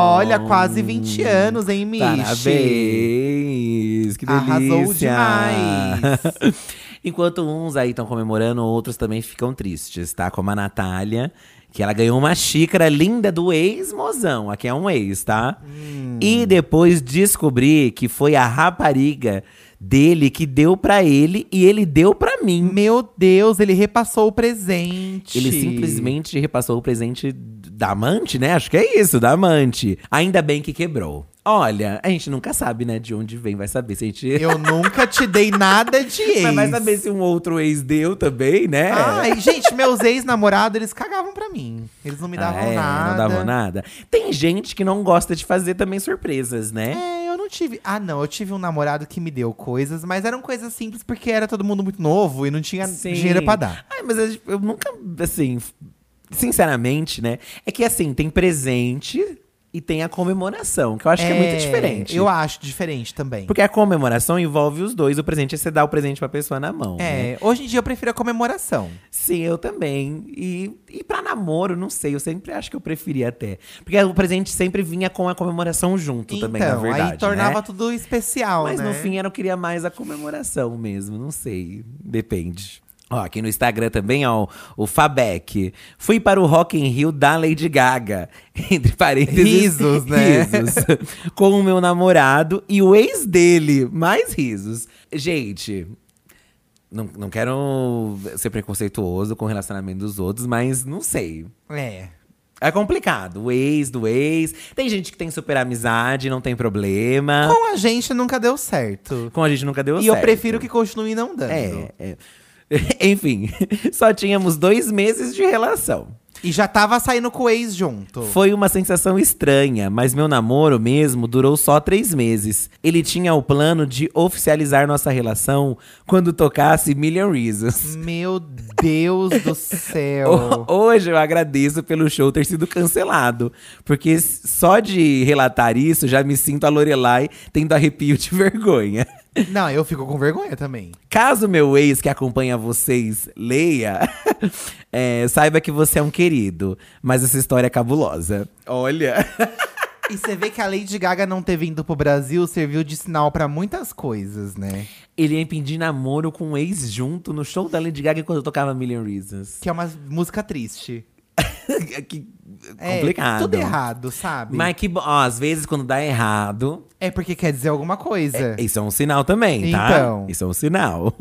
A: Olha, quase 20 anos, hein, Michi?
B: Parabéns! Tá Que delícia!
A: Arrasou demais.
B: Enquanto uns aí estão comemorando, outros também ficam tristes, tá? Como a Natália, que ela ganhou uma xícara linda do ex-mozão. Aqui é um ex, tá?
A: Hum.
B: E depois descobri que foi a rapariga dele que deu pra ele e ele deu pra mim.
A: Meu Deus, ele repassou o presente.
B: Ele simplesmente repassou o presente da amante, né? Acho que é isso, da amante. Ainda bem que quebrou. Olha, a gente nunca sabe, né, de onde vem, vai saber se a gente
A: Eu nunca te dei nada de ex.
B: Mas vai saber se um outro ex deu também, né?
A: Ai, gente, meus ex-namorados, eles cagavam pra mim. Eles não me davam
B: Ah, é,
A: nada.
B: Não davam nada. Tem gente que não gosta de fazer também surpresas, né?
A: É, eu não tive. Ah, não, eu tive um namorado que me deu coisas, mas eram coisas simples porque era todo mundo muito novo e não tinha
B: Sim.
A: dinheiro pra dar.
B: Ai, mas eu, eu nunca, assim, sinceramente, né? É que assim, tem presente e tem a comemoração, que eu acho que é muito diferente.
A: Eu acho diferente também.
B: Porque a comemoração envolve os dois. O presente é você dar o presente pra pessoa na mão. né?
A: É, hoje em dia eu prefiro a comemoração.
B: Sim, eu também. E, e pra namoro, não sei, eu sempre acho que eu preferia até. Porque o presente sempre vinha com a comemoração junto também, na
A: então,
B: verdade.
A: aí tornava
B: né?
A: tudo especial,
B: Mas
A: né?
B: no fim eu não queria mais a comemoração mesmo, não sei. Depende. Ó, aqui no Instagram também, ó, o Fabec. Fui para o Rock in Rio da Lady Gaga. Entre parênteses.
A: Risos, né?
B: Risos. Com o meu namorado e o ex dele. Mais risos. Gente, não, não quero ser preconceituoso com o relacionamento dos outros, mas não sei.
A: É.
B: É complicado. O ex do ex. Tem gente que tem super amizade, não tem problema.
A: Com a gente nunca deu certo.
B: Com a gente nunca Ah. deu
A: e
B: certo.
A: eu prefiro que continue não dando.
B: É, é. Enfim, só tínhamos dois meses de relação.
A: E já tava saindo com o ex junto.
B: Foi uma sensação estranha, mas meu namoro mesmo durou só três meses. Ele tinha o plano de oficializar nossa relação quando tocasse Million Reasons.
A: Meu Deus do céu.
B: Ho- Hoje eu agradeço pelo show ter sido cancelado. Porque s- só de relatar isso, já me sinto a Lorelai tendo arrepio de vergonha.
A: Não, eu fico com vergonha também.
B: Caso meu ex que acompanha vocês leia, é, saiba que você é um querido. Mas essa história é cabulosa. Olha.
A: E você vê que a Lady Gaga não ter vindo pro Brasil serviu de sinal pra muitas coisas, né?
B: Ele ia pedir namoro com um ex junto no show da Lady Gaga quando eu tocava Million Reasons.
A: Que é uma música triste.
B: que
A: É,
B: complicado.
A: Tudo errado, sabe?
B: Mas que bom. Ó, às vezes quando dá errado,
A: É porque quer dizer alguma coisa.
B: Isso é um sinal também, tá?
A: Então.
B: Isso é um sinal.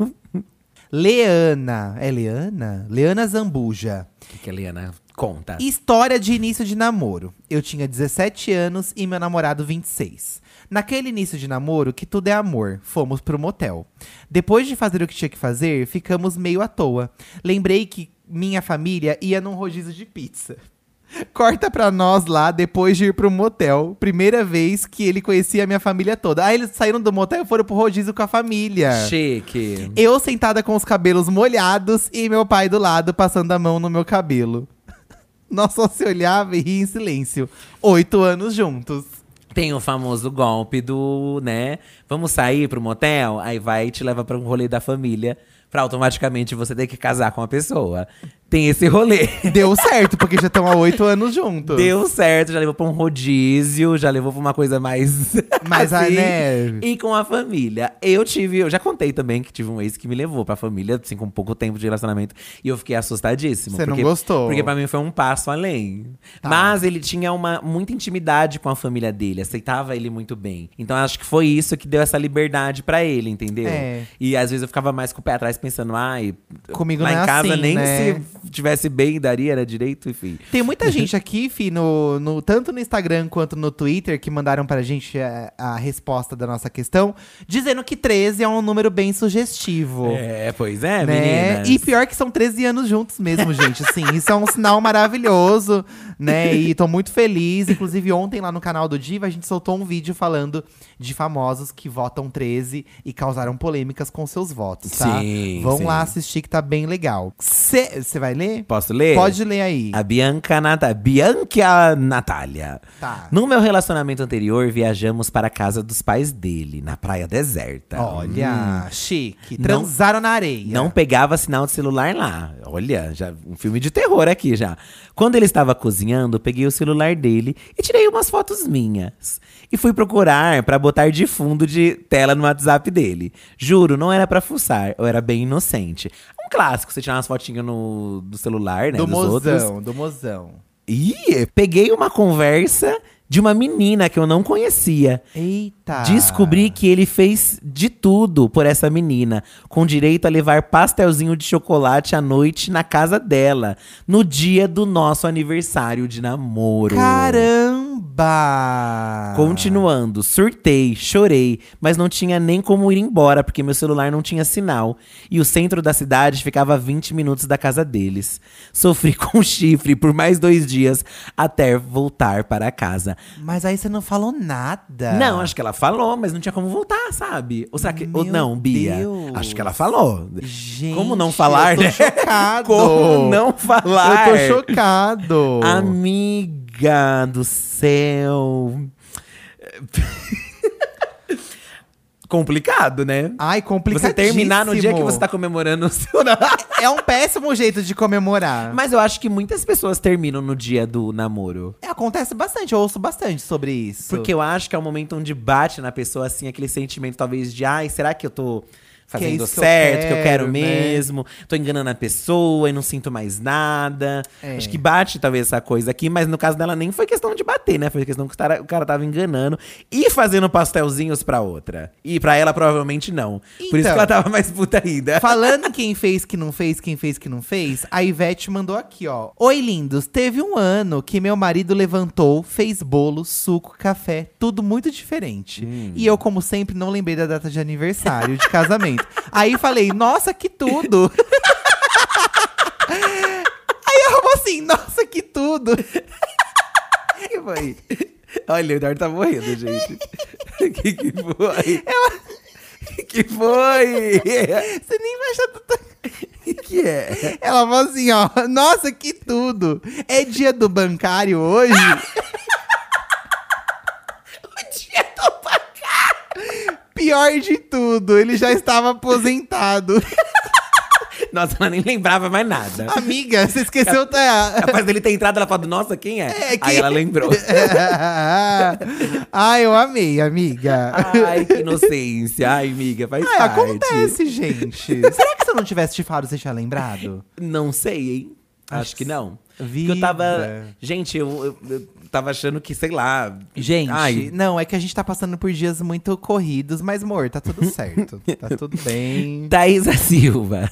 A: Leana. É Leana? Leana Zambuja.
B: O que, que a Liana conta?
A: Tá. História de início de namoro. Eu tinha 17 anos e meu namorado 26. Naquele início de namoro, que tudo é amor, fomos pro motel. Depois de fazer o que tinha que fazer, ficamos meio à toa. Lembrei que minha família ia num rodízio de pizza. Corta pra nós lá depois de ir pro motel. Primeira vez que ele conhecia a minha família toda. Aí eles saíram do motel e foram pro rodízio com a família.
B: Chique.
A: Eu sentada com os cabelos molhados e meu pai do lado passando a mão no meu cabelo. Nós só se olhava e ria em silêncio. Oito anos juntos.
B: Tem o famoso golpe do, né? Vamos sair pro motel? Aí vai e te leva pra um rolê da família. Pra automaticamente você ter que casar com a pessoa. Tem esse rolê.
A: Deu certo, porque já estão há oito anos juntos.
B: Deu certo, já levou pra um rodízio, já levou pra uma coisa mais. assim,
A: Mas a né?
B: E com a família. Eu tive, eu já contei também que tive um ex que me levou pra família, assim, com pouco tempo de relacionamento. E eu fiquei assustadíssimo.
A: Você não
B: porque-
A: gostou.
B: Porque pra mim foi um passo além.
A: Tá.
B: Mas ele tinha uma muita intimidade com a família dele, aceitava ele muito bem. Então acho que foi isso que deu essa liberdade pra ele, entendeu?
A: É.
B: E às vezes eu ficava mais com o pé atrás pensando, ai,
A: Comigo
B: lá
A: não
B: em
A: é
B: casa
A: assim,
B: nem
A: né?
B: se tivesse bem daria, era direito, enfim.
A: Tem muita gente aqui, Fi, no, no- tanto no Instagram quanto no Twitter, que mandaram pra gente é, a, resposta da nossa questão, dizendo que 13 é um número bem sugestivo.
B: É, pois é,
A: né?
B: meninas.
A: E pior que são 13 anos juntos mesmo, gente. Assim, isso é um sinal maravilhoso, né? E tô muito feliz. Inclusive, ontem lá no canal do Diva, a gente soltou um vídeo falando de famosos que votam 13 e causaram polêmicas com seus votos, tá?
B: Sim,
A: Vão
B: sim.
A: lá assistir que tá bem legal. Você vai ler?
B: Posso ler?
A: Pode ler aí.
B: É. A Bianca Natália. Bianca Natália.
A: Tá.
B: No meu relacionamento anterior, viajamos para a casa dos pais dele, na praia deserta. Hum.
A: Olha, chique.
B: Não-
A: Transaram na areia.
B: Não né, pegava sinal de celular lá. Olha, já um filme de terror aqui já. Quando ele estava cozinhando, peguei o celular dele e tirei umas fotos minhas. E fui procurar pra botar de fundo de tela no WhatsApp dele. Juro, não era pra fuçar, eu era bem inocente. Um clássico, você tirar umas fotinhas no, do celular, né?
A: do
B: dos outros.
A: mozão, do mozão.
B: Ih, peguei uma conversa de uma menina que eu não conhecia.
A: Eita.
B: Descobri que ele fez de tudo por essa menina, com direito a levar pastelzinho de chocolate à noite na casa dela, no dia do nosso aniversário de namoro.
A: Caramba!
B: Continuando, surtei, chorei, mas não tinha nem como ir embora, porque meu celular não tinha sinal. E o centro da cidade ficava a 20 minutos da casa deles. Sofri com chifre por mais dois dias até voltar para casa.
A: Mas aí você não falou nada.
B: Não, acho que ela falou, mas não tinha como voltar, sabe? Ou será que. ou
A: Meu
B: não, Bia.
A: Deus.
B: Acho que ela falou.
A: Gente,
B: como não falar,
A: eu tô
B: né?
A: chocado.
B: Como não falar?
A: Eu tô chocado.
B: Amiga do céu. Complicado, né?
A: Ai, complicadíssimo.
B: Você terminar no dia que você tá comemorando o seu namoro.
A: É um péssimo jeito de comemorar.
B: Mas eu acho que muitas pessoas terminam no dia do namoro.
A: É, acontece bastante, eu ouço bastante sobre isso.
B: Porque eu acho que é o momento onde bate na pessoa, assim, aquele sentimento, talvez, de ai, será que eu tô
A: Que é
B: fazendo
A: isso que eu
B: certo, que eu quero
A: quero, né?
B: mesmo, tô enganando a pessoa e não sinto mais nada.
A: É.
B: Acho que bate talvez essa coisa aqui, mas no caso dela nem foi questão de bater, né? Foi questão que o cara, o cara tava enganando e fazendo pastelzinhos pra outra. E pra ela provavelmente não. Por isso
A: Então.
B: que ela tava mais puta ainda.
A: Falando em quem fez, que não fez, quem fez, que não fez, a Ivete mandou aqui, ó. Oi, lindos. Teve um ano que meu marido levantou, fez bolo, suco, café, tudo muito diferente. E eu, como sempre, não lembrei da data de aniversário, de casamento. Aí falei, nossa, que tudo! Aí ela falou assim, nossa, que tudo!
B: que foi? Olha, o Eduardo tá morrendo, gente. que que foi? que foi?
A: Você nem vai achar tudo.
B: que que é?
A: Ela falou assim, ó, nossa, que tudo! É dia do bancário hoje? Pior de tudo, ele já estava aposentado.
B: Nossa, ela nem lembrava mais nada.
A: Amiga, você esqueceu da.
B: Capaz dele ter entrado, ela falou, nossa, quem é?
A: É,
B: Aí
A: quem
B: ela lembrou.
A: Ai, Ah, eu amei, amiga.
B: Ai, que inocência. Ai, amiga, faz
A: Ai,
B: parte.
A: É, acontece, gente. Será que se eu não tivesse chifado, você tinha lembrado?
B: Não sei, hein? Acho que não. Porque
A: Viva.
B: eu tava. Gente, eu, eu- eu tava achando que, sei lá.
A: Gente,
B: Ai,
A: não, é que a gente tá passando por dias muito corridos, mas, amor, tá tudo certo. tá tudo bem.
B: Thaisa Silva.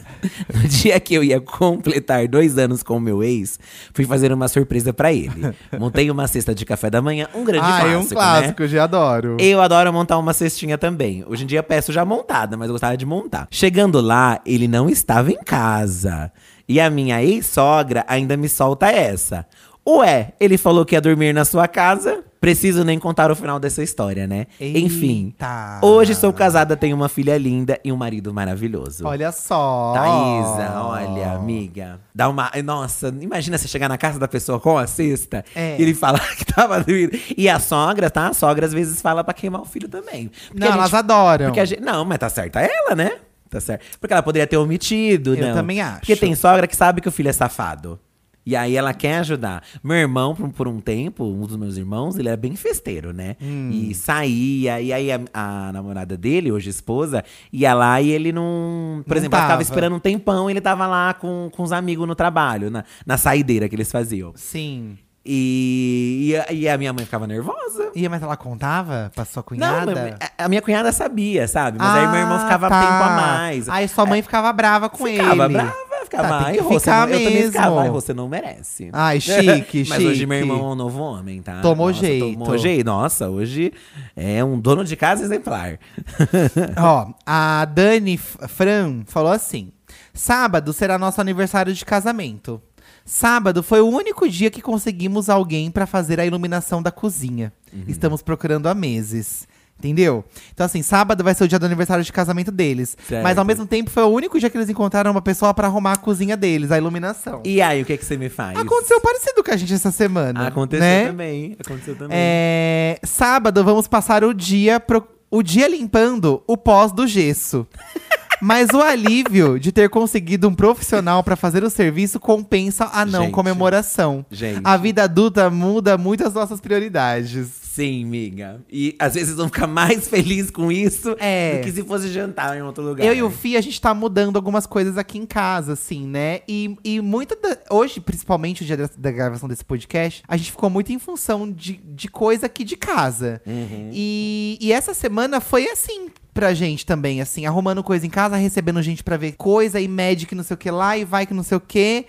B: No dia que eu ia completar dois anos com o meu ex, fui fazer uma surpresa pra ele. Montei uma cesta de café da manhã, um grande
A: Ah,
B: clássico,
A: é um
B: né?
A: clássico, eu já adoro.
B: Eu adoro montar uma cestinha também. Hoje em dia peço já montada, mas eu gostava de montar. Chegando lá, ele não estava em casa. E a minha ex-sogra ainda me solta essa. Ué, ele falou que ia dormir na sua casa? Preciso nem contar o final dessa história, né? Enfim.
A: Eita.
B: Hoje sou casada, tenho uma filha linda e um marido maravilhoso.
A: Olha só. Oh.
B: Thaísa, olha, amiga. Dá uma. Nossa, imagina você chegar na casa da pessoa com a cesta
A: É.
B: e ele fala que tava doido. E a sogra, tá? A sogra às vezes fala pra queimar o filho também. Porque
A: Não,
B: a gente-
A: elas adoram.
B: porque a gente- não, mas tá certa ela, né? Tá certo. Porque ela poderia ter omitido,
A: Eu
B: não.
A: também acho.
B: Porque tem sogra que sabe que o filho é safado. E aí ela quer ajudar. Meu irmão, por um- por um tempo, um dos meus irmãos, ele era bem festeiro, né?
A: Hum.
B: E saía, e aí a, a namorada dele, hoje esposa, ia lá e ele não.
A: Não
B: Por exemplo, ela
A: tava.
B: tava esperando um tempão e ele tava lá com, com os amigos no trabalho, na, na saideira que eles faziam.
A: Sim.
B: E, e a- e a minha mãe ficava nervosa.
A: E mas ela contava pra sua
B: Não,
A: cunhada?
B: mas a- a minha cunhada sabia, sabe? Mas aí meu irmão
A: Ah,
B: ficava
A: tá.
B: tempo a mais. É,
A: Aí sua mãe ficava brava com
B: ficava
A: ele.
B: brava, ficava.
A: Tá, tem
B: "Ai,
A: que
B: Rô, você
A: ficar
B: não- eu também ficava,
A: mesmo."
B: "Ai, Rô, você não merece.
A: Ai, chique,
B: Mas hoje
A: chique.
B: meu irmão é um novo homem, tá?
A: Tomou
B: Nossa,
A: jeito.
B: Tomou jeito. Nossa, hoje é um dono de casa exemplar.
A: Ó, a Dani F- Fran falou assim: Sábado será nosso aniversário de casamento. Sábado foi o único dia que conseguimos alguém pra fazer a iluminação da cozinha.
B: Uhum.
A: Estamos procurando há meses. Entendeu? Então, assim, sábado vai ser o dia do aniversário de casamento deles.
B: Certo.
A: Mas ao mesmo tempo foi o único dia que eles encontraram uma pessoa pra arrumar a cozinha deles, a iluminação.
B: E aí, o que, que você me faz?
A: Aconteceu parecido com a gente essa semana.
B: Aconteceu
A: né?
B: também. Aconteceu também.
A: É, sábado vamos passar o dia pro- o dia limpando o pós do gesso. Mas o alívio de ter conseguido um profissional pra fazer o serviço compensa a não
B: Gente.
A: comemoração.
B: Gente.
A: A vida adulta muda muito as nossas prioridades.
B: Sim, miga. E às vezes vão ficar mais felizes com isso
A: É.
B: do que se fosse jantar em outro lugar. né?
A: Eu e o Fi, a gente tá mudando algumas coisas aqui em casa, assim, né? E, e muita. da- hoje, principalmente o dia da, da gravação desse podcast, a gente ficou muito em função de, de coisa aqui de casa.
B: Uhum.
A: E, e essa semana foi assim pra gente também, assim, arrumando coisa em casa, recebendo gente pra ver coisa, e mede que não sei o que lá, e vai que não sei o que.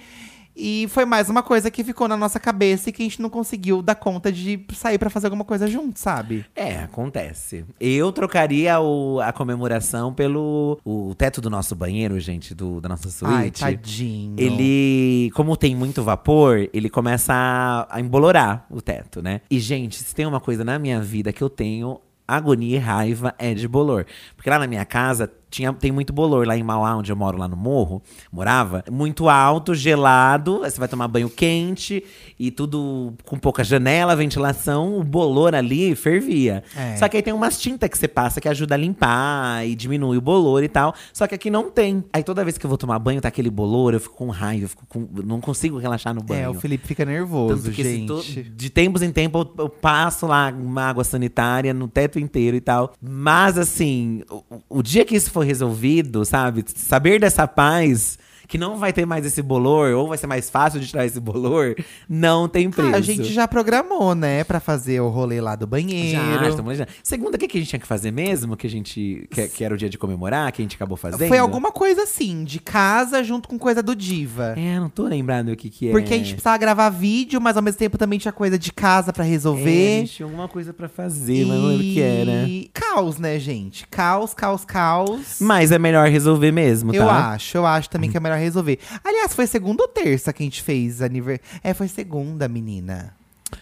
A: E foi mais uma coisa que ficou na nossa cabeça e que a gente não conseguiu dar conta de sair pra fazer alguma coisa junto, sabe?
B: É, acontece. Eu trocaria o- a comemoração pelo o teto do nosso banheiro, gente, do, da nossa
A: Ai, tá
B: suíte.
A: tadinho.
B: ele, como tem muito vapor, ele começa a, a embolorar o teto, né? E, gente, se tem uma coisa na minha vida que eu tenho agonia e raiva é de bolor. Porque lá na minha casa tinha, tem muito bolor, lá em Mauá, onde eu moro, lá no morro, morava. Muito alto, gelado, aí você vai tomar banho quente e tudo com pouca janela, ventilação, o bolor ali fervia.
A: É.
B: Só que aí tem umas tintas que você passa que ajuda a limpar e diminui o bolor e tal. Só que aqui não tem. Aí toda vez que eu vou tomar banho, tá aquele bolor, eu fico com raiva, eu fico com- não consigo relaxar no banho.
A: É, o Felipe fica
B: Tanto
A: nervoso,
B: que se
A: gente.
B: to- de tempos em tempo eu, eu passo lá uma água sanitária no teto inteiro e tal. Mas assim, o, o dia que isso for for resolvido, sabe? Saber dessa paz que não vai ter mais esse bolor, ou vai ser mais fácil de tirar esse bolor, não tem preço.
A: Ah, a gente já programou, né? Pra fazer o rolê lá do banheiro.
B: Já, estamos já. Segunda, o que, que a gente tinha que fazer mesmo? Que a gente. Que, que era o dia de comemorar, que a gente acabou fazendo?
A: Foi alguma coisa assim, de casa junto com coisa do Diva.
B: É, não tô lembrando o que, que é.
A: Porque a gente precisava gravar vídeo, mas ao mesmo tempo também tinha coisa de casa pra
B: É, a
A: resolver.
B: gente tinha alguma coisa pra fazer, mas não lembro o que era.
A: E caos, né, gente? Caos, caos, caos.
B: Mas é melhor resolver mesmo, tá?
A: Eu acho, eu acho também que é melhor resolver. Aliás, foi segunda ou terça que a gente fez aniversário. É, foi segunda, menina.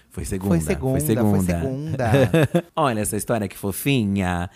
B: Foi segunda.
A: foi segunda, foi segunda.
B: Olha essa história que fofinha.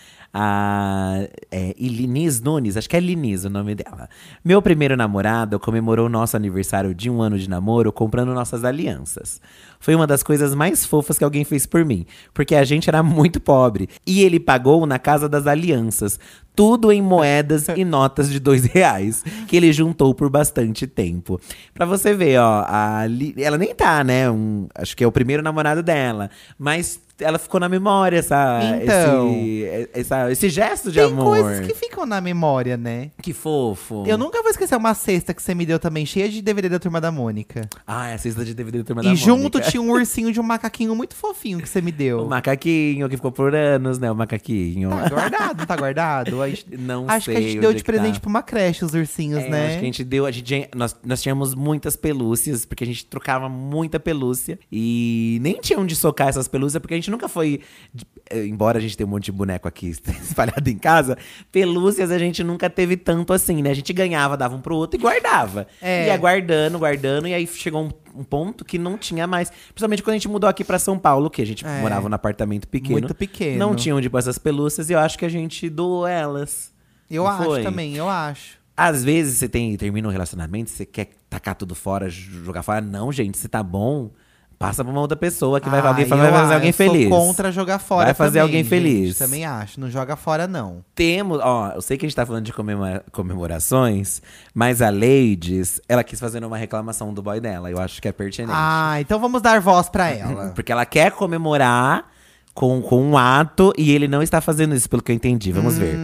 B: A é, Ilinis Nunes, acho que é Linis o nome dela. Meu primeiro namorado comemorou nosso aniversário de um ano de namoro comprando nossas alianças. Foi uma das coisas mais fofas que alguém fez por mim, porque a gente era muito pobre. E ele pagou na casa das alianças, tudo em moedas e notas de dois reais, que ele juntou por bastante tempo. Pra você ver, ó, a Li- ela nem tá, né? um- acho que é o primeiro namorado dela, mas ela ficou na memória essa,
A: Então.
B: esse, é, essa- esse gesto de
A: Tem
B: amor.
A: coisas que ficam na memória, né?
B: Que fofo.
A: Eu nunca vou esquecer uma cesta que você me deu também, cheia de DVD da Turma da Mônica.
B: Ah, essa cesta de DVD do Turma
A: e
B: da Mônica.
A: junto tinha um ursinho de um macaquinho muito fofinho que você me
B: O
A: deu.
B: macaquinho que ficou por anos, né? O macaquinho.
A: Tá guardado, tá guardado? A gente-
B: Não
A: acho
B: sei
A: que a gente
B: onde
A: deu
B: é
A: de
B: que
A: presente
B: tá.
A: pra uma creche os ursinhos,
B: É,
A: né?
B: Acho que a gente deu. A gente, nós, nós tínhamos muitas pelúcias, porque a gente trocava muita pelúcia. E nem tinha onde socar essas pelúcias, porque a gente nunca foi. de- eh, Embora a gente tenha um monte de boneco aqui espalhado em casa, pelúcias a gente nunca teve tanto assim, né? A gente ganhava, dava um pro outro e guardava.
A: É.
B: E Ia guardando, guardando, e aí chegou um, um ponto que não tinha mais. Principalmente quando a gente mudou aqui pra São Paulo, que a gente
A: É.
B: morava num apartamento pequeno.
A: Muito pequeno.
B: Não tinha onde pôr essas pelúcias, e eu acho que a gente doou elas.
A: Eu
B: Não
A: acho
B: foi?
A: também, eu acho.
B: Às vezes você tem, termina um relacionamento, você quer tacar tudo fora, j- jogar fora. Não, gente, se tá bom, passa pra uma outra pessoa que vai,
A: Ah,
B: alguém, vai
A: eu
B: fazer
A: a-
B: alguém
A: eu sou
B: feliz.
A: contra jogar fora.
B: Vai fazer
A: também,
B: alguém
A: gente,
B: feliz.
A: Também acho. Não joga fora, não.
B: Temos, ó, eu sei que a gente tá falando de comemora- comemorações, mas a Ladies, ela quis fazer uma reclamação do boy dela. Eu acho que é pertinente.
A: Ah, então vamos dar voz pra ela.
B: Porque ela quer comemorar com, com um ato e ele não está fazendo isso, pelo que eu entendi. Vamos ver.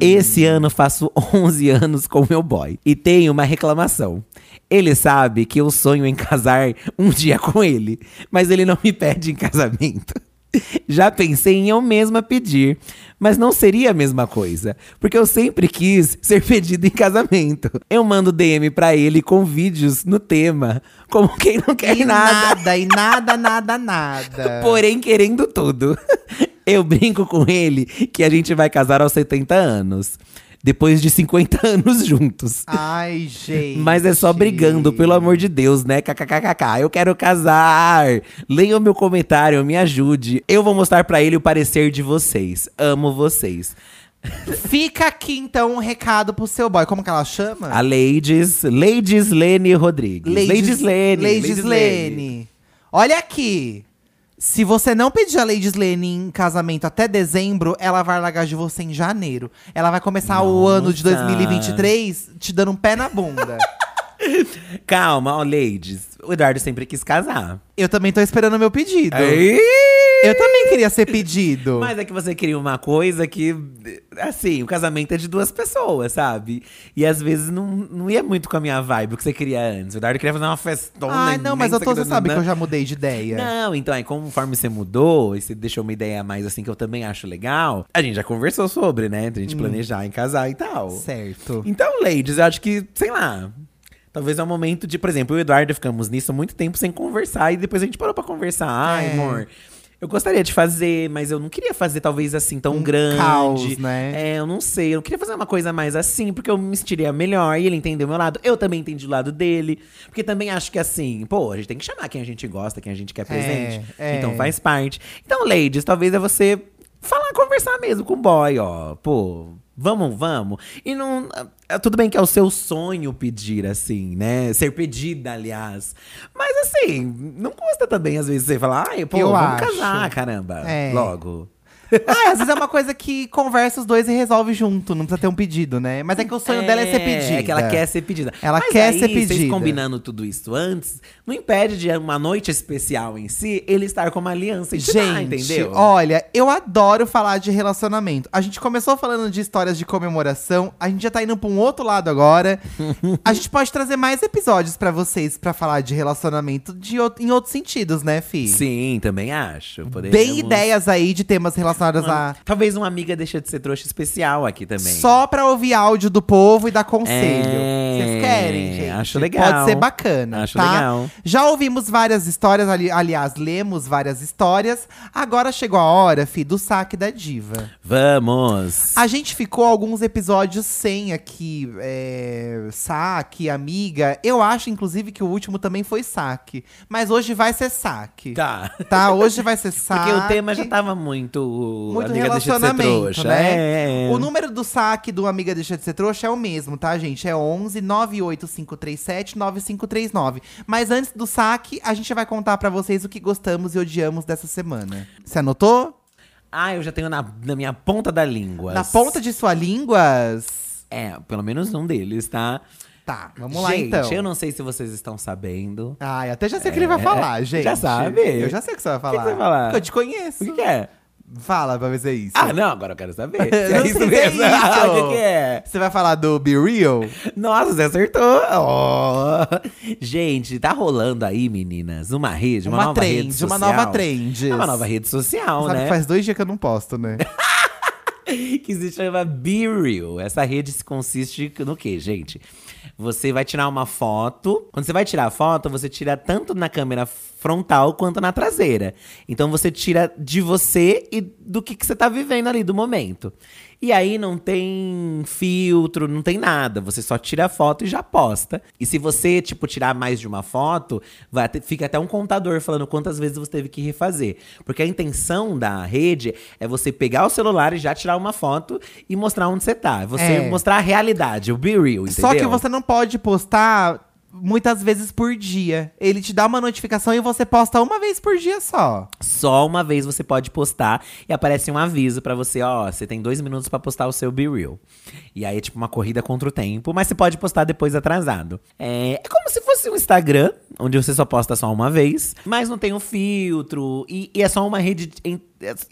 B: Esse ano faço 11 anos com meu boy e tenho uma reclamação. Ele sabe que eu sonho em casar um dia com ele, mas ele não me pede em casamento. Já pensei em eu mesma pedir, mas não seria a mesma coisa, porque eu sempre quis ser pedido em casamento. Eu mando DM pra ele com vídeos no tema, como quem não quer
A: E
B: nada.
A: nada, e nada, nada, nada.
B: Porém, querendo tudo. Eu brinco com ele que a gente vai casar aos 70 anos. Depois de 50 anos juntos.
A: Ai, gente.
B: Mas é só brigando, pelo amor de Deus, né? KKKKK. Eu quero casar. Leia o meu comentário, me ajude. Eu vou mostrar pra ele o parecer de vocês. Amo vocês.
A: Fica aqui, então, um recado pro seu boy. Como que ela chama?
B: A Ladies, Ladies Lene Rodrigues. Ladies, Lene.
A: Ladies Lene. Olha aqui. Se você não pedir a Ladies Lane em casamento até dezembro, ela vai largar de você em janeiro. Ela vai começar o
B: Nossa.
A: ano de 2023 te dando um pé na bunda.
B: Calma, ó, Ladies. O Eduardo sempre quis casar.
A: Eu também tô esperando o meu pedido.
B: Aí!
A: Eu também queria ser pedido.
B: Mas é que você queria uma coisa que, assim, o casamento é de duas pessoas, sabe? E às vezes não, não ia muito com a minha vibe, o que você queria antes. O Eduardo queria fazer uma festona.
A: Ai, Ah, não, mas eu tô, você sabe que eu já mudei de ideia.
B: Não, então aí conforme você mudou, e você deixou uma ideia a mais assim que eu também acho legal, a gente já conversou sobre, né? A
A: Hum.
B: gente planejar em casar e tal.
A: Certo.
B: Então, ladies, eu acho que, sei lá. Talvez é o momento de, por exemplo, eu e o Eduardo ficamos nisso muito tempo sem conversar e depois a gente parou pra conversar. Ai,
A: É.
B: amor. Eu gostaria de fazer, mas eu não queria fazer talvez assim tão
A: Um
B: grande.
A: caos, né?
B: É, eu não sei. Eu queria fazer uma coisa mais assim, porque eu me sentiria melhor e ele entendeu o meu lado. Eu também entendi o lado dele. Porque também acho que assim, pô, a gente tem que chamar quem a gente gosta, quem a gente quer presente.
A: é.
B: Então faz parte. Então, ladies, talvez é você falar, conversar mesmo com o boy, ó. Pô, vamos, vamos. E não. é, Tudo bem que é o seu sonho pedir, assim, né? Ser pedida, aliás. Mas assim, não custa também, às vezes, você falar, ai, pô,
A: Eu
B: vamos
A: acho.
B: casar, caramba.
A: É.
B: Logo.
A: Ah, às vezes é uma coisa que conversa os dois e resolve junto, não precisa ter um pedido, né? Mas é que o sonho dela é ser pedida.
B: É que ela quer ser pedida.
A: Ela
B: Mas
A: quer
B: aí,
A: ser
B: Vocês
A: pedida.
B: combinando tudo isso antes, não impede de uma noite especial em si ele estar com uma aliança.
A: Gente,
B: intimar, entendeu?
A: olha, eu adoro falar de relacionamento. A gente começou falando de histórias de comemoração, a gente já tá indo pra um outro lado agora. a gente pode trazer mais episódios pra vocês pra falar de relacionamento de out- em outros sentidos, né, Fi?
B: Sim, também acho. Poderíamos...
A: Bem ideias aí de temas relacionados a.
B: Talvez uma amiga deixa de ser trouxa especial aqui também.
A: Só pra ouvir áudio do povo e dar conselho.
B: É,
A: Vocês querem, gente?
B: acho legal.
A: Pode ser bacana.
B: Acho
A: tá?
B: legal.
A: Já ouvimos várias histórias, ali- aliás, lemos várias histórias. Agora chegou a hora, fi, do saque da diva.
B: Vamos!
A: A gente ficou alguns episódios sem aqui, é, saque, amiga. Eu acho, inclusive, que o último também foi saque. Mas hoje vai ser saque. Tá,
B: Tá.
A: hoje vai ser saque.
B: Porque o tema já tava muito.
A: tá. Muito
B: amiga deixa de ser
A: relacionamento,
B: trouxa.
A: né?
B: É, é, é.
A: O número do saque do Amiga Deixa de Ser Trouxa é o mesmo, tá, gente? É 11 98537 9539. Mas antes do saque, a gente vai contar pra vocês o que gostamos e odiamos dessa semana. Você anotou?
B: Ah, eu já tenho na, na minha ponta da língua.
A: Na ponta de sua línguas?
B: É, pelo menos um deles, tá?
A: Tá, vamos lá
B: Gente,
A: então.
B: Eu não sei se vocês estão sabendo.
A: Ai, até já sei o que ele vai falar, gente.
B: É, já sabe.
A: Eu já sei o que você vai falar.
B: que você vai falar?
A: Porque eu te conheço.
B: O que, que é?
A: Fala pra ver se é isso.
B: Ah, não, agora eu quero saber. Se
A: Não
B: é
A: sei
B: isso
A: se é
B: mesmo? Ah,
A: isso.
B: o que, que é?
A: Você vai falar do Be Real?
B: Nossa, você acertou. Ó. Gente, tá rolando aí, meninas, uma rede, uma, nova
A: trend,
B: rede social.
A: uma nova trend.
B: É uma nova rede social,
A: Sabe
B: né?
A: que faz dois dias que eu não posto, né?
B: que se chama Be Real. Essa rede se consiste no quê, gente? Você vai tirar uma foto. Quando você vai tirar a foto, você tira tanto na câmera frontal quanto na traseira. Então você tira de você e do que, que você tá vivendo ali do momento. E aí não tem filtro, não tem nada. Você só tira a foto e já posta. E se você, tipo, tirar mais de uma foto, vai até- fica até um contador falando quantas vezes você teve que refazer. Porque a intenção da rede é você pegar o celular e já tirar uma foto e mostrar onde você tá. Você
A: É.
B: mostrar a realidade, o be real, entendeu?
A: Só que você não pode postar muitas vezes por dia. Ele te dá uma notificação e você posta uma vez por dia só.
B: Só uma vez você pode postar e aparece um aviso pra você, ó, você tem dois minutos pra postar o seu Be Real. E aí é tipo uma corrida contra o tempo, mas você pode postar depois atrasado. É, é como se fosse um Instagram, onde você só posta só uma vez, mas não tem o filtro, e, e é só uma rede. de- en-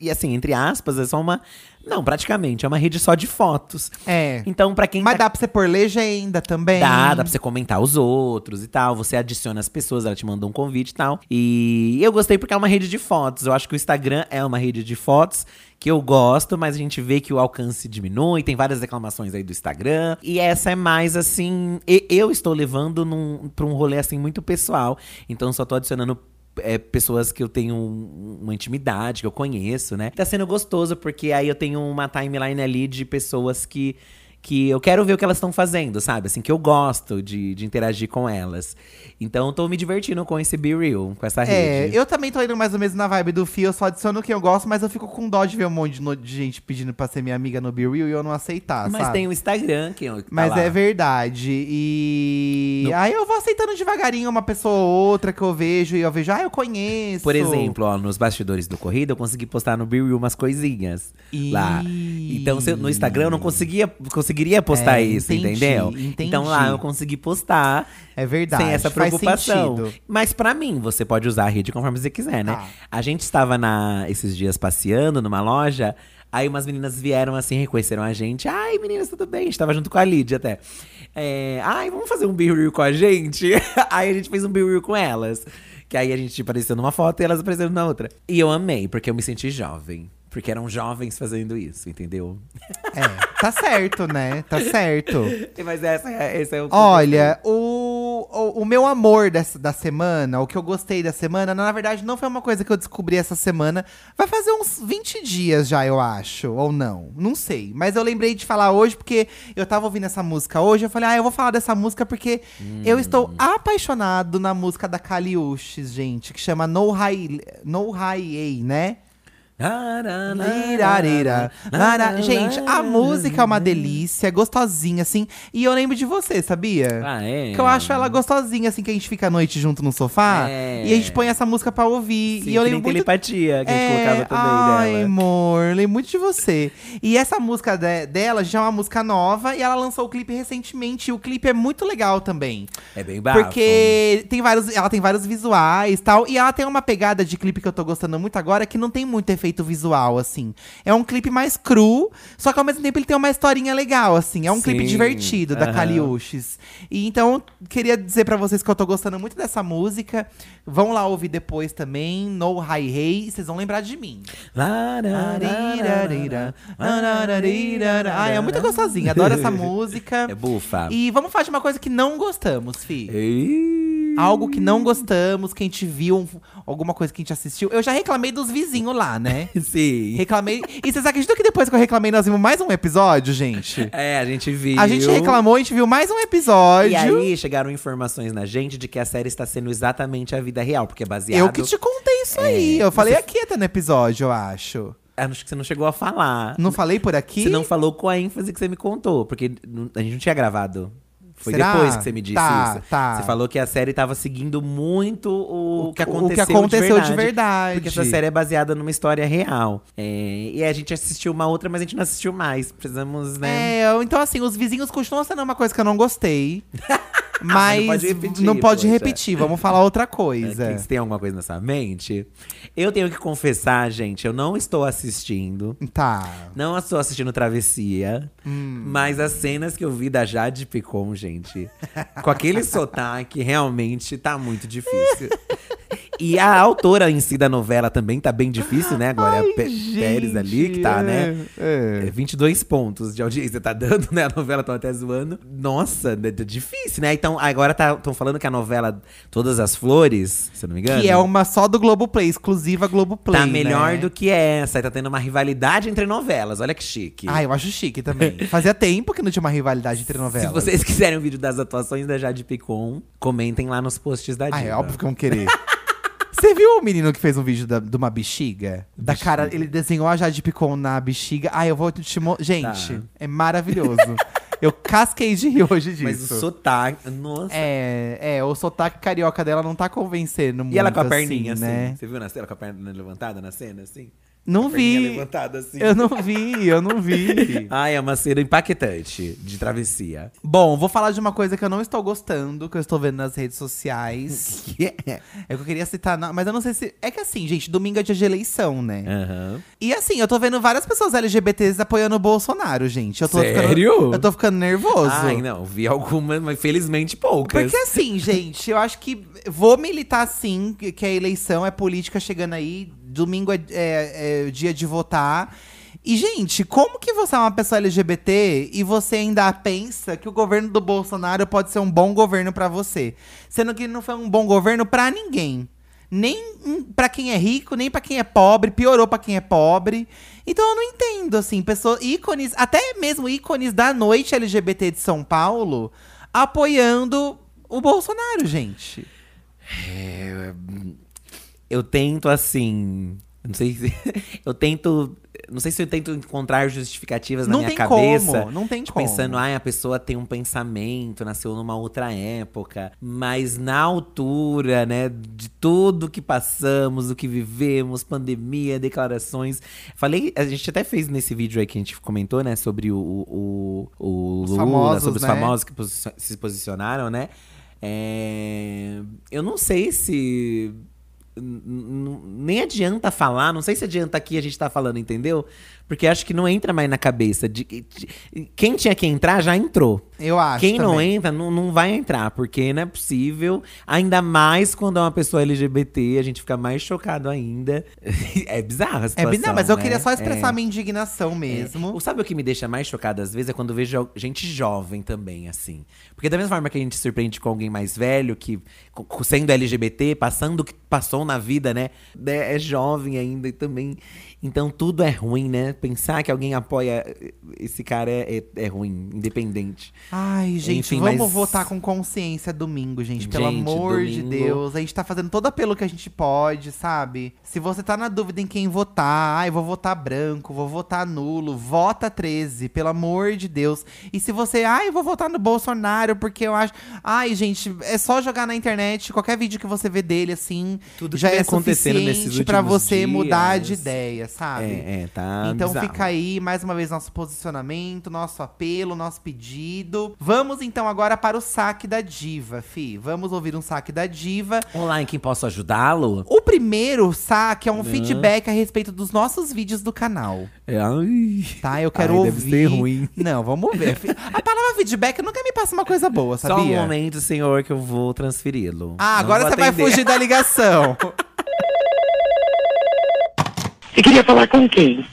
B: E assim, entre aspas, é só uma. Não, praticamente, é uma rede só de fotos.
A: É.
B: Então, pra quem
A: Mas
B: tá
A: dá pra você pôr legenda também.
B: Dá, dá pra você comentar os outros e tal. Você adiciona as pessoas, ela te manda um convite e tal. E eu gostei porque é uma rede de fotos. Eu acho que o Instagram é uma rede de fotos que eu gosto, mas a gente vê que o alcance diminui. Tem várias reclamações aí do Instagram. E essa é mais assim. e- Eu estou levando num, pra um rolê assim muito pessoal. Então só tô adicionando é, pessoas que eu tenho um- uma intimidade, que eu conheço, né? Tá sendo gostoso, porque aí eu tenho uma timeline ali de pessoas que, que eu quero ver o que elas estão fazendo, sabe? Assim, que eu gosto de, de interagir com elas. Então, tô me divertindo com esse Be Real, com essa
A: É,
B: rede.
A: eu também tô indo mais ou menos na vibe do Fio, eu só adiciono quem eu gosto, mas eu fico com dó de ver um monte de, no- de gente pedindo pra ser minha amiga no Be Real e eu não aceitar,
B: Mas
A: Ah, sabe?
B: tem o Instagram que eu- tá
A: Mas
B: lá.
A: é verdade. E.
B: No-
A: Aí eu vou aceitando devagarinho uma pessoa ou outra que eu vejo e eu vejo, ah, eu conheço.
B: Por exemplo, ó, nos bastidores do Corrida, eu consegui postar no Be Real umas coisinhas lá. Então, se eu- no Instagram, eu não conseguia, conseguiria postar
A: É,
B: isso,
A: entendi,
B: entendeu? Então, lá
A: entendi.
B: eu consegui postar.
A: É verdade.
B: Sem essa
A: faz
B: preocupação.
A: sentido.
B: Mas pra mim, você pode usar a rede conforme você quiser, né?
A: Tá.
B: A gente estava na, esses dias passeando numa loja, aí umas meninas vieram assim, reconheceram a gente. Ai, meninas, tudo bem? A gente tava junto com a Lídia até. É, Ai, vamos fazer um birril com a gente? aí a gente fez um birril com elas. Que aí a gente apareceu numa foto e elas apareceram na outra. E eu amei, porque eu me senti jovem. Porque eram jovens fazendo isso, entendeu?
A: É, tá certo, né? Tá certo.
B: Mas essa, é- esse é o.
A: Olha, o, o, o meu amor dessa, da semana, o que eu gostei da semana, na verdade não foi uma coisa que eu descobri essa semana. Vai fazer uns 20 dias já, eu acho, ou não. Não sei. Mas eu lembrei de falar hoje porque eu tava ouvindo essa música hoje. Eu falei, ah, eu vou falar dessa música porque eu estou apaixonado na música da Kali Uchis, gente, que chama No High, no High A, né? Lirarira, lara. Gente, a música é uma delícia, gostosinha, assim. E eu lembro de você, sabia?
B: Ah, é?
A: Que eu acho ela gostosinha, assim, que a gente fica à noite junto no sofá.
B: É.
A: E a gente põe essa música pra ouvir.
B: Sim,
A: e eu
B: que nem
A: lembro muito É,
B: telepatia que a gente colocava também né,
A: ai,
B: dela.
A: amor, lembro muito de você. E essa música de- dela já é uma música nova e ela lançou o clipe recentemente. E o clipe é muito legal também.
B: É bem bafo.
A: Porque tem vários, ela tem vários visuais e tal. E ela tem uma pegada de clipe que eu tô gostando muito agora, que não tem muito efeito visual, assim. É um clipe mais cru, só que ao mesmo tempo ele tem uma historinha legal, assim. É um clipe
B: Sim,
A: divertido, da
B: aham.
A: Kaliushis. E então, queria dizer pra vocês que eu tô gostando muito dessa música. Vão lá ouvir depois também, No High Hey, e vocês vão lembrar de mim. Ai, é muito gostosinha, adoro essa música.
B: É bufa.
A: E vamos falar de uma coisa que não gostamos, Fi.
B: Ei.
A: Algo que não gostamos, que a gente viu, um- alguma coisa que a gente assistiu. Eu já reclamei dos vizinhos lá, né?
B: Sim.
A: Reclamei. E vocês acreditam que depois que eu reclamei, nós vimos mais um episódio, gente?
B: É, a gente viu.
A: A gente reclamou, a gente viu mais um episódio.
B: E aí chegaram informações na gente de que a série está sendo exatamente a vida real, porque é baseado.
A: eu que te contei isso aí.
B: é,
A: Eu falei aqui até no episódio, eu acho.
B: Acho que você não chegou a falar.
A: Não falei por aqui?
B: Você não falou com a ênfase que você me contou, porque n- a gente não tinha gravado. Foi
A: Será?
B: depois que você me disse
A: Tá,
B: isso.
A: tá.
B: Você falou que a série tava seguindo muito o, que aconteceu,
A: o que aconteceu de verdade.
B: Porque essa série é baseada numa história real. É, e a gente assistiu uma outra, mas a gente não assistiu mais. Precisamos, né?
A: É, eu- então assim, os vizinhos continuam sendo uma coisa que eu não gostei. Mas
B: Não pode repetir,
A: não pode
B: poxa.
A: repetir, vamos falar outra coisa.
B: É, Você tem alguma coisa na sua mente? Eu tenho que confessar, gente, eu não estou assistindo.
A: Tá.
B: Não estou assistindo Travessia,
A: Hum.
B: mas as cenas que eu vi da Jade Picon, gente, com aquele sotaque, realmente tá muito difícil. E a autora em si da novela também tá bem difícil, né? Agora é a Pe- Pérez ali que tá, né?
A: É.
B: É, 22 pontos de audiência tá dando, né? A novela tão até zoando. Nossa, né, tá difícil, né? Então, agora estão falando que a novela Todas as Flores, se eu não me engano.
A: Que é uma só do Globoplay, exclusiva Globoplay.
B: Tá melhor
A: né?
B: do que essa. e Tá tendo uma rivalidade entre novelas. Olha que chique.
A: Ah, eu acho chique também. Fazia tempo que não tinha uma rivalidade entre
B: Se
A: novelas.
B: vocês quiserem um vídeo das atuações da Jade Picon, comentem lá nos posts da Diva.
A: Ah, é óbvio que vão querer. Você viu o menino que fez um vídeo da- de uma bexiga? Da cara, ele desenhou a Jade Picon na bexiga. Ah, eu vou te mostrar. Gente,
B: Tá.
A: é maravilhoso. eu casquei de rir hoje disso.
B: Mas o sotaque… Nossa.
A: É, é, o sotaque carioca dela não tá convencendo muito.
B: E ela com a
A: assim,
B: perninha assim,
A: né?
B: Você viu na cena? Ela com a perna levantada na cena, assim?
A: Não
B: A perninha
A: vi.
B: levantada, assim.
A: Eu não vi, eu não vi.
B: Ai, é uma cena impactante de travessia.
A: Bom, vou falar de uma coisa que eu não estou gostando, que eu estou vendo nas redes sociais. É que eu queria citar, na- mas eu não sei se. É que assim, gente, domingo é dia de eleição, né?
B: Aham.
A: E assim, eu tô vendo várias pessoas LGBTs apoiando o Bolsonaro, gente. Eu tô Ficando,
B: Sério?
A: eu tô ficando nervoso.
B: Ai, não. Vi algumas, mas felizmente poucas.
A: Porque assim, gente, eu acho que vou militar sim, que a eleição é política chegando aí, domingo é, é- é o dia de votar. E, gente, como que você é uma pessoa LGBT e você ainda pensa que o governo do Bolsonaro pode ser um bom governo pra você? Sendo que não foi um bom governo pra ninguém. Nem hum, pra quem é rico, nem pra quem é pobre, piorou pra quem é pobre. Então eu não entendo, assim, pessoas, ícones, até mesmo ícones da noite LGBT de São Paulo apoiando o Bolsonaro, gente.
B: Eu tento assim. Não sei se. eu tento. Não sei se eu tento encontrar justificativas
A: Não
B: na minha
A: tem
B: cabeça.
A: como, não tem
B: Tipo,
A: como.
B: Pensando, ai, a pessoa tem um pensamento, nasceu numa outra época. Mas na altura, né, de tudo que passamos, o que vivemos, pandemia, declarações. Falei, a gente até fez nesse vídeo aí que a gente comentou, né, sobre o, o, o, o
A: Os
B: Lula,
A: famosos,
B: sobre os
A: né?
B: famosos que posi- se posicionaram, né? É, Eu não sei se. n- n- Nem adianta falar, não sei se adianta aqui a gente tá falando, entendeu? Porque acho que não entra mais na cabeça. De, de- quem tinha que entrar já entrou.
A: Eu acho.
B: Quem não
A: também.
B: entra não, não vai entrar, porque não é possível. Ainda mais quando é uma pessoa LGBT, a gente fica mais chocado ainda. é bizarro a
A: É,
B: situação,
A: bi- não, mas eu
B: né?
A: queria só
B: É.
A: expressar minha indignação
B: É.
A: mesmo.
B: O- Sabe o que me deixa mais chocada às vezes é quando eu vejo al- gente jovem também, assim. Porque da mesma forma que a gente se surpreende com alguém mais velho, que co- co- sendo LGBT, passando o que passou na vida, né? né, É jovem ainda e também. Então tudo é ruim, né? Pensar que alguém apoia eh, esse cara é, é, é ruim, independente.
A: Ai, gente,
B: Enfim,
A: vamos
B: mas-
A: votar com consciência domingo, gente. Pelo
B: Gente,
A: amor de
B: domingo-
A: Deus. A gente tá fazendo todo apelo que a gente pode, sabe? Se você tá na dúvida em quem votar, ai, vou votar branco, vou votar nulo, vota 13, pelo amor de Deus. E se você, ai, eu vou votar no Bolsonaro porque eu acho. Ai, gente, é só jogar na internet qualquer vídeo que você vê dele, assim.
B: Tudo que
A: já
B: vem
A: é
B: acontecendo nesses
A: suficiente pra
B: últimos
A: você mudar de
B: dias.
A: ideia, sabe?
B: É, é, tá.
A: Então
B: bizarro.
A: fica aí, mais uma vez, nosso posicionamento, nosso apelo, nosso pedido. Vamos então agora para o saque da diva, Fi. Vamos ouvir um saque da diva.
B: Olá, em quem posso ajudá-lo?
A: O primeiro saque é um feedback a respeito dos nossos vídeos do canal,
B: É, ai.
A: tá? Eu quero
B: Ai,
A: ouvir.
B: deve ser ruim.
A: Não, vamos ver. Fi. A palavra feedback nunca me passa uma coisa boa, sabia?
B: Só um momento, senhor, que eu vou transferi-lo.
A: Ah,
B: Não
A: agora
B: vou
A: você vai
B: atender.
A: fugir da ligação.
C: E queria falar com quem?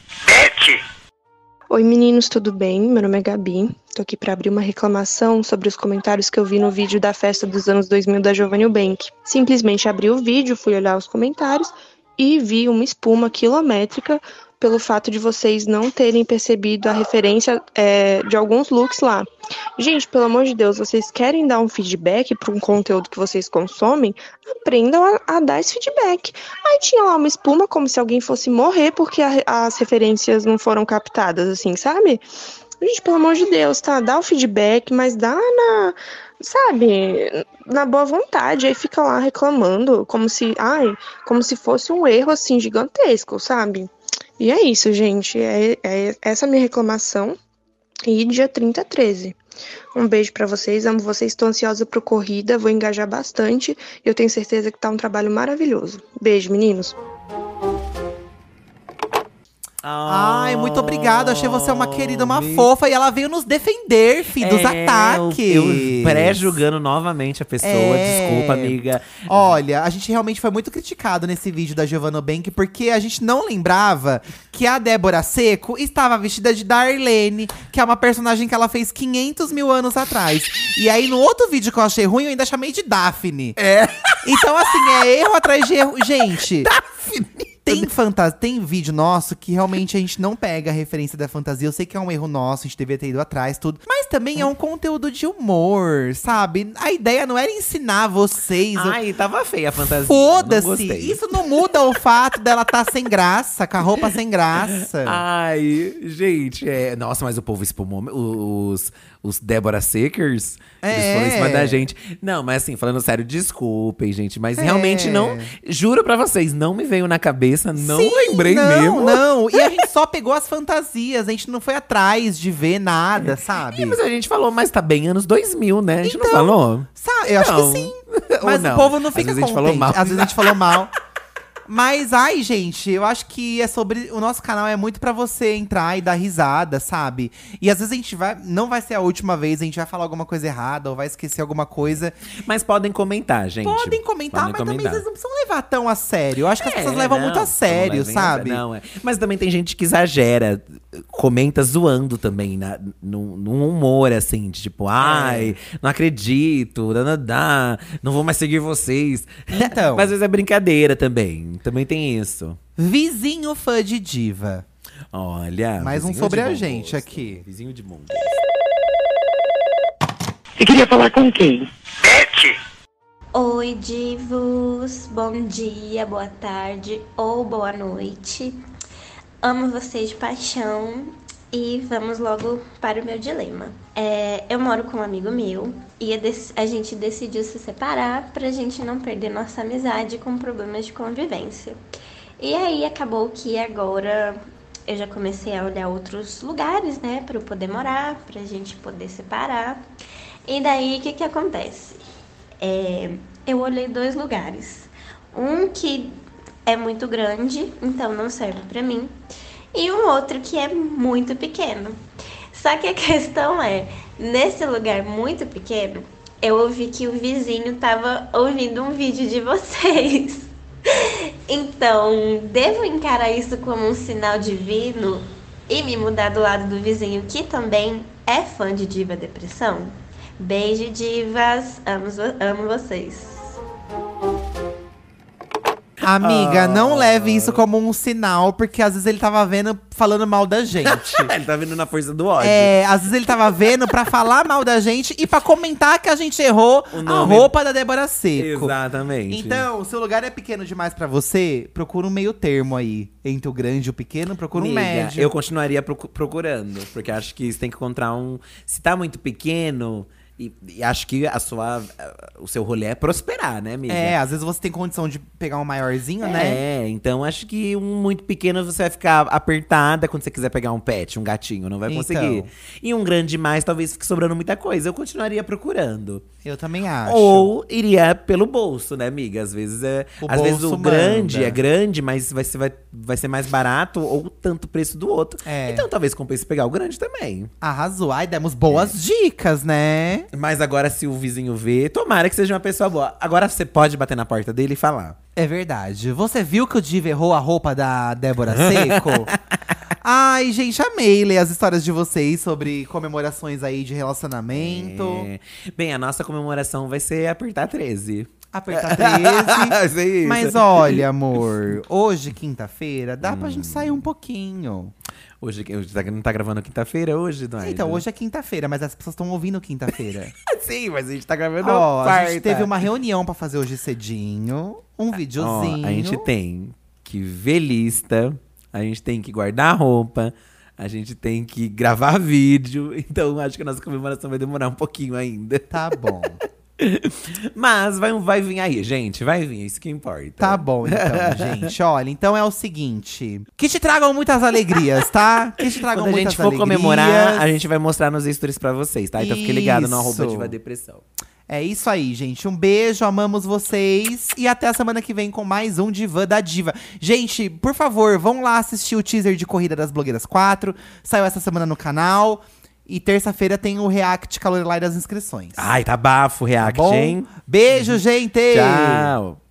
D: Oi meninos, tudo bem? Meu nome é Gabi. Tô aqui para abrir uma reclamação sobre os comentários que eu vi no vídeo da festa dos anos 2000 da Giovanni Bank. Simplesmente abri o vídeo, fui olhar os comentários e vi uma espuma quilométrica pelo fato de vocês não terem percebido a referência é, de alguns looks lá. Gente, pelo amor de Deus, vocês querem dar um feedback para um conteúdo que vocês consomem? Aprendam a, a dar esse feedback. Aí tinha lá uma espuma, como se alguém fosse morrer porque a- as referências não foram captadas, assim, sabe? Gente, pelo amor de Deus, tá? Dá o feedback, mas dá na. Sabe? Na boa vontade. Aí fica lá reclamando, como se. Ai, como se fosse um erro, assim, gigantesco, sabe? E é isso, gente. É, é essa a minha reclamação. E dia 30, 13. Um beijo pra vocês, amo vocês, estou ansiosa pro corrida, vou engajar bastante. Eu tenho certeza que tá um trabalho maravilhoso. Beijo, meninos.
A: Ai, muito obrigado. Achei você uma querida, uma
B: Me-
A: fofa. E ela veio nos defender, Fi, dos
B: Oh, É,
A: ataques.
B: Eu, eu pré-julgando novamente a pessoa.
A: É.
B: Desculpa, amiga.
A: Olha, a gente realmente foi muito criticado nesse vídeo da Giovanna Bank, porque a gente não lembrava que a Débora Seco estava vestida de Darlene, que é uma personagem que ela fez 500 mil anos atrás. E aí, no outro vídeo que eu achei ruim, eu ainda chamei de Daphne. É. Então, assim, é erro atrás de erro. Gente. Tem, fantasia, tem vídeo nosso que realmente a gente não pega a referência da fantasia. Eu sei que é um erro nosso, a gente devia ter ido atrás, tudo. Mas também é um conteúdo de humor, sabe? A ideia não era ensinar vocês. o-
B: Ai, tava feia a fantasia. não
A: Foda-se!
B: gostei.
A: Isso não muda o fato dela estar sem graça, com a roupa sem graça.
B: Ah, Ai, gente, é. Nossa, mas o povo espumou. Os, os Débora Seekers, eles
A: É.
B: foram em cima da gente. Não, mas assim, falando sério, desculpem, gente. Mas
A: É.
B: realmente não. Juro pra vocês, não me veio na cabeça, não
A: Sim,
B: lembrei
A: não,
B: mesmo.
A: Não, E a gente só pegou as fantasias, a gente não foi atrás de ver nada, sabe?
B: Mas a gente falou, mas tá bem anos 2000, né? A gente não
A: Então,
B: falou?
A: Sa- eu acho
B: Não.
A: que sim.
B: Ou
A: Mas
B: não.
A: o povo não
B: Às
A: fica
B: vezes a gente
A: contente.
B: falou mal.
A: Às vezes a gente falou mal. Mas, ai, gente, eu acho que é sobre. O nosso canal é muito pra você entrar e dar risada, sabe? E às vezes a gente vai. Não vai ser a última vez, a gente vai falar alguma coisa errada ou vai esquecer alguma coisa.
B: Mas podem comentar, gente.
A: Podem comentar,
B: Podem
A: mas também
B: comentar.
A: vocês não precisam levar tão a sério. Eu acho que as
B: É,
A: pessoas levam
B: não,
A: muito a
B: não
A: sério,
B: levem a
A: sabe?
B: sério, Não, é. Mas também tem gente que exagera, comenta zoando também, na, num, num humor assim, de
A: É.
B: tipo, ai, não acredito, danadá, não vou mais seguir vocês.
A: Então.
B: Mas às vezes é brincadeira também, também tem isso.
A: Vizinho fã de diva.
B: Olha.
A: Mais um
B: vizinho
A: sobre
B: de
A: a
B: bom
A: gente
B: gosto.
A: aqui.
B: Vizinho de mundo.
C: E queria falar com quem?
E: Oi, divos! Bom dia, boa tarde ou boa noite. Amo vocês de paixão e vamos logo para o meu dilema. É, eu moro com um amigo meu e a, dec- a gente decidiu se separar pra gente não perder nossa amizade com problemas de convivência. E aí acabou que agora eu já comecei a olhar outros lugares, né, Pra eu poder morar, pra gente poder separar. E daí, o que que acontece? É, eu olhei dois lugares. Um que é muito grande, então não serve pra mim, e um outro que é muito pequeno. Só que a questão é, nesse lugar muito pequeno, eu ouvi que o vizinho tava ouvindo um vídeo de vocês. Então, devo encarar isso como um sinal divino e me mudar do lado do vizinho que também é fã de Diva Depressão? Beijo, divas! Amo, amo vocês!
A: Amiga, não leve
B: Ah.
A: isso como um sinal, porque às vezes ele tava vendo falando mal da gente.
B: Ele tá vindo na força do ódio.
A: É, às vezes ele tava vendo pra falar mal da gente e pra comentar que a gente errou
B: O
A: a
B: nome-
A: roupa da Débora Seco.
B: Exatamente.
A: Então, se o lugar é pequeno demais pra você, procura um meio termo aí. Entre o grande e o pequeno, procura um
B: Amiga,
A: médio.
B: Eu continuaria procu- procurando, porque acho que você tem que encontrar um. Se tá muito pequeno, e, e acho que a sua, o seu rolê é prosperar, né, amiga?
A: É, às vezes você tem condição de pegar um maiorzinho, né?
B: É, então acho que um muito pequeno você vai ficar apertada quando você quiser pegar um pet, um gatinho, não vai
A: Então.
B: conseguir. E um grande mais talvez fique sobrando muita coisa. Eu continuaria procurando.
A: Eu também acho.
B: Ou iria pelo bolso, né, amiga? Às vezes é,
A: O
B: às vezes o
A: bolso
B: grande
A: manda.
B: é grande, mas vai ser, vai, vai ser mais barato ou tanto preço do outro.
A: É.
B: Então talvez compense pegar o grande também.
A: Arrasou. Ai, demos boas
B: É.
A: dicas, né?
B: Mas agora se o vizinho vê, tomara que seja uma pessoa boa. Agora você pode bater na porta dele e falar.
A: É verdade. Você viu que o Diva errou a roupa da Débora Seco? Ai, gente, amei ler as histórias de vocês sobre comemorações aí de relacionamento.
B: É. Bem, a nossa comemoração vai ser apertar 13.
A: Apertar 13.
B: Isso é isso.
A: Mas olha, amor, hoje, quinta-feira, dá pra
B: Hum.
A: gente sair um pouquinho.
B: Hoje, hoje tá- não tá gravando quinta-feira hoje, não é?
A: Então, hoje é quinta-feira, mas as pessoas estão ouvindo quinta-feira.
B: Sim, mas a gente tá gravando
A: Ó, a
B: quarta.
A: gente teve uma reunião pra fazer hoje cedinho, um
B: Ó,
A: videozinho.
B: a gente tem que ver lista, a gente tem que guardar roupa, a gente tem que gravar vídeo. Então acho que a nossa comemoração vai demorar um pouquinho ainda.
A: Tá bom.
B: Mas vai, um, vai vir aí, gente. Vai vir, isso que importa.
A: Tá bom, então, gente. Olha, então é o seguinte. Que te tragam muitas alegrias, tá? Que te tragam
B: Quando a
A: muitas
B: gente for
A: alegrias.
B: comemorar, a gente vai mostrar nos stories pra vocês, tá? Então fique ligado no arroba
A: Isso.
B: Diva Depressão.
A: É isso aí, gente. Um beijo, amamos vocês. E até a semana que vem com mais um Divã da Diva. Gente, por favor, vão lá assistir o teaser de Corrida das Blogueiras 4. Saiu essa semana no canal. E terça-feira tem o React Calorilar das inscrições.
B: Ai, tá bafo, Ah, react,
A: Bom,
B: hein?
A: beijo, gente!
B: Tchau.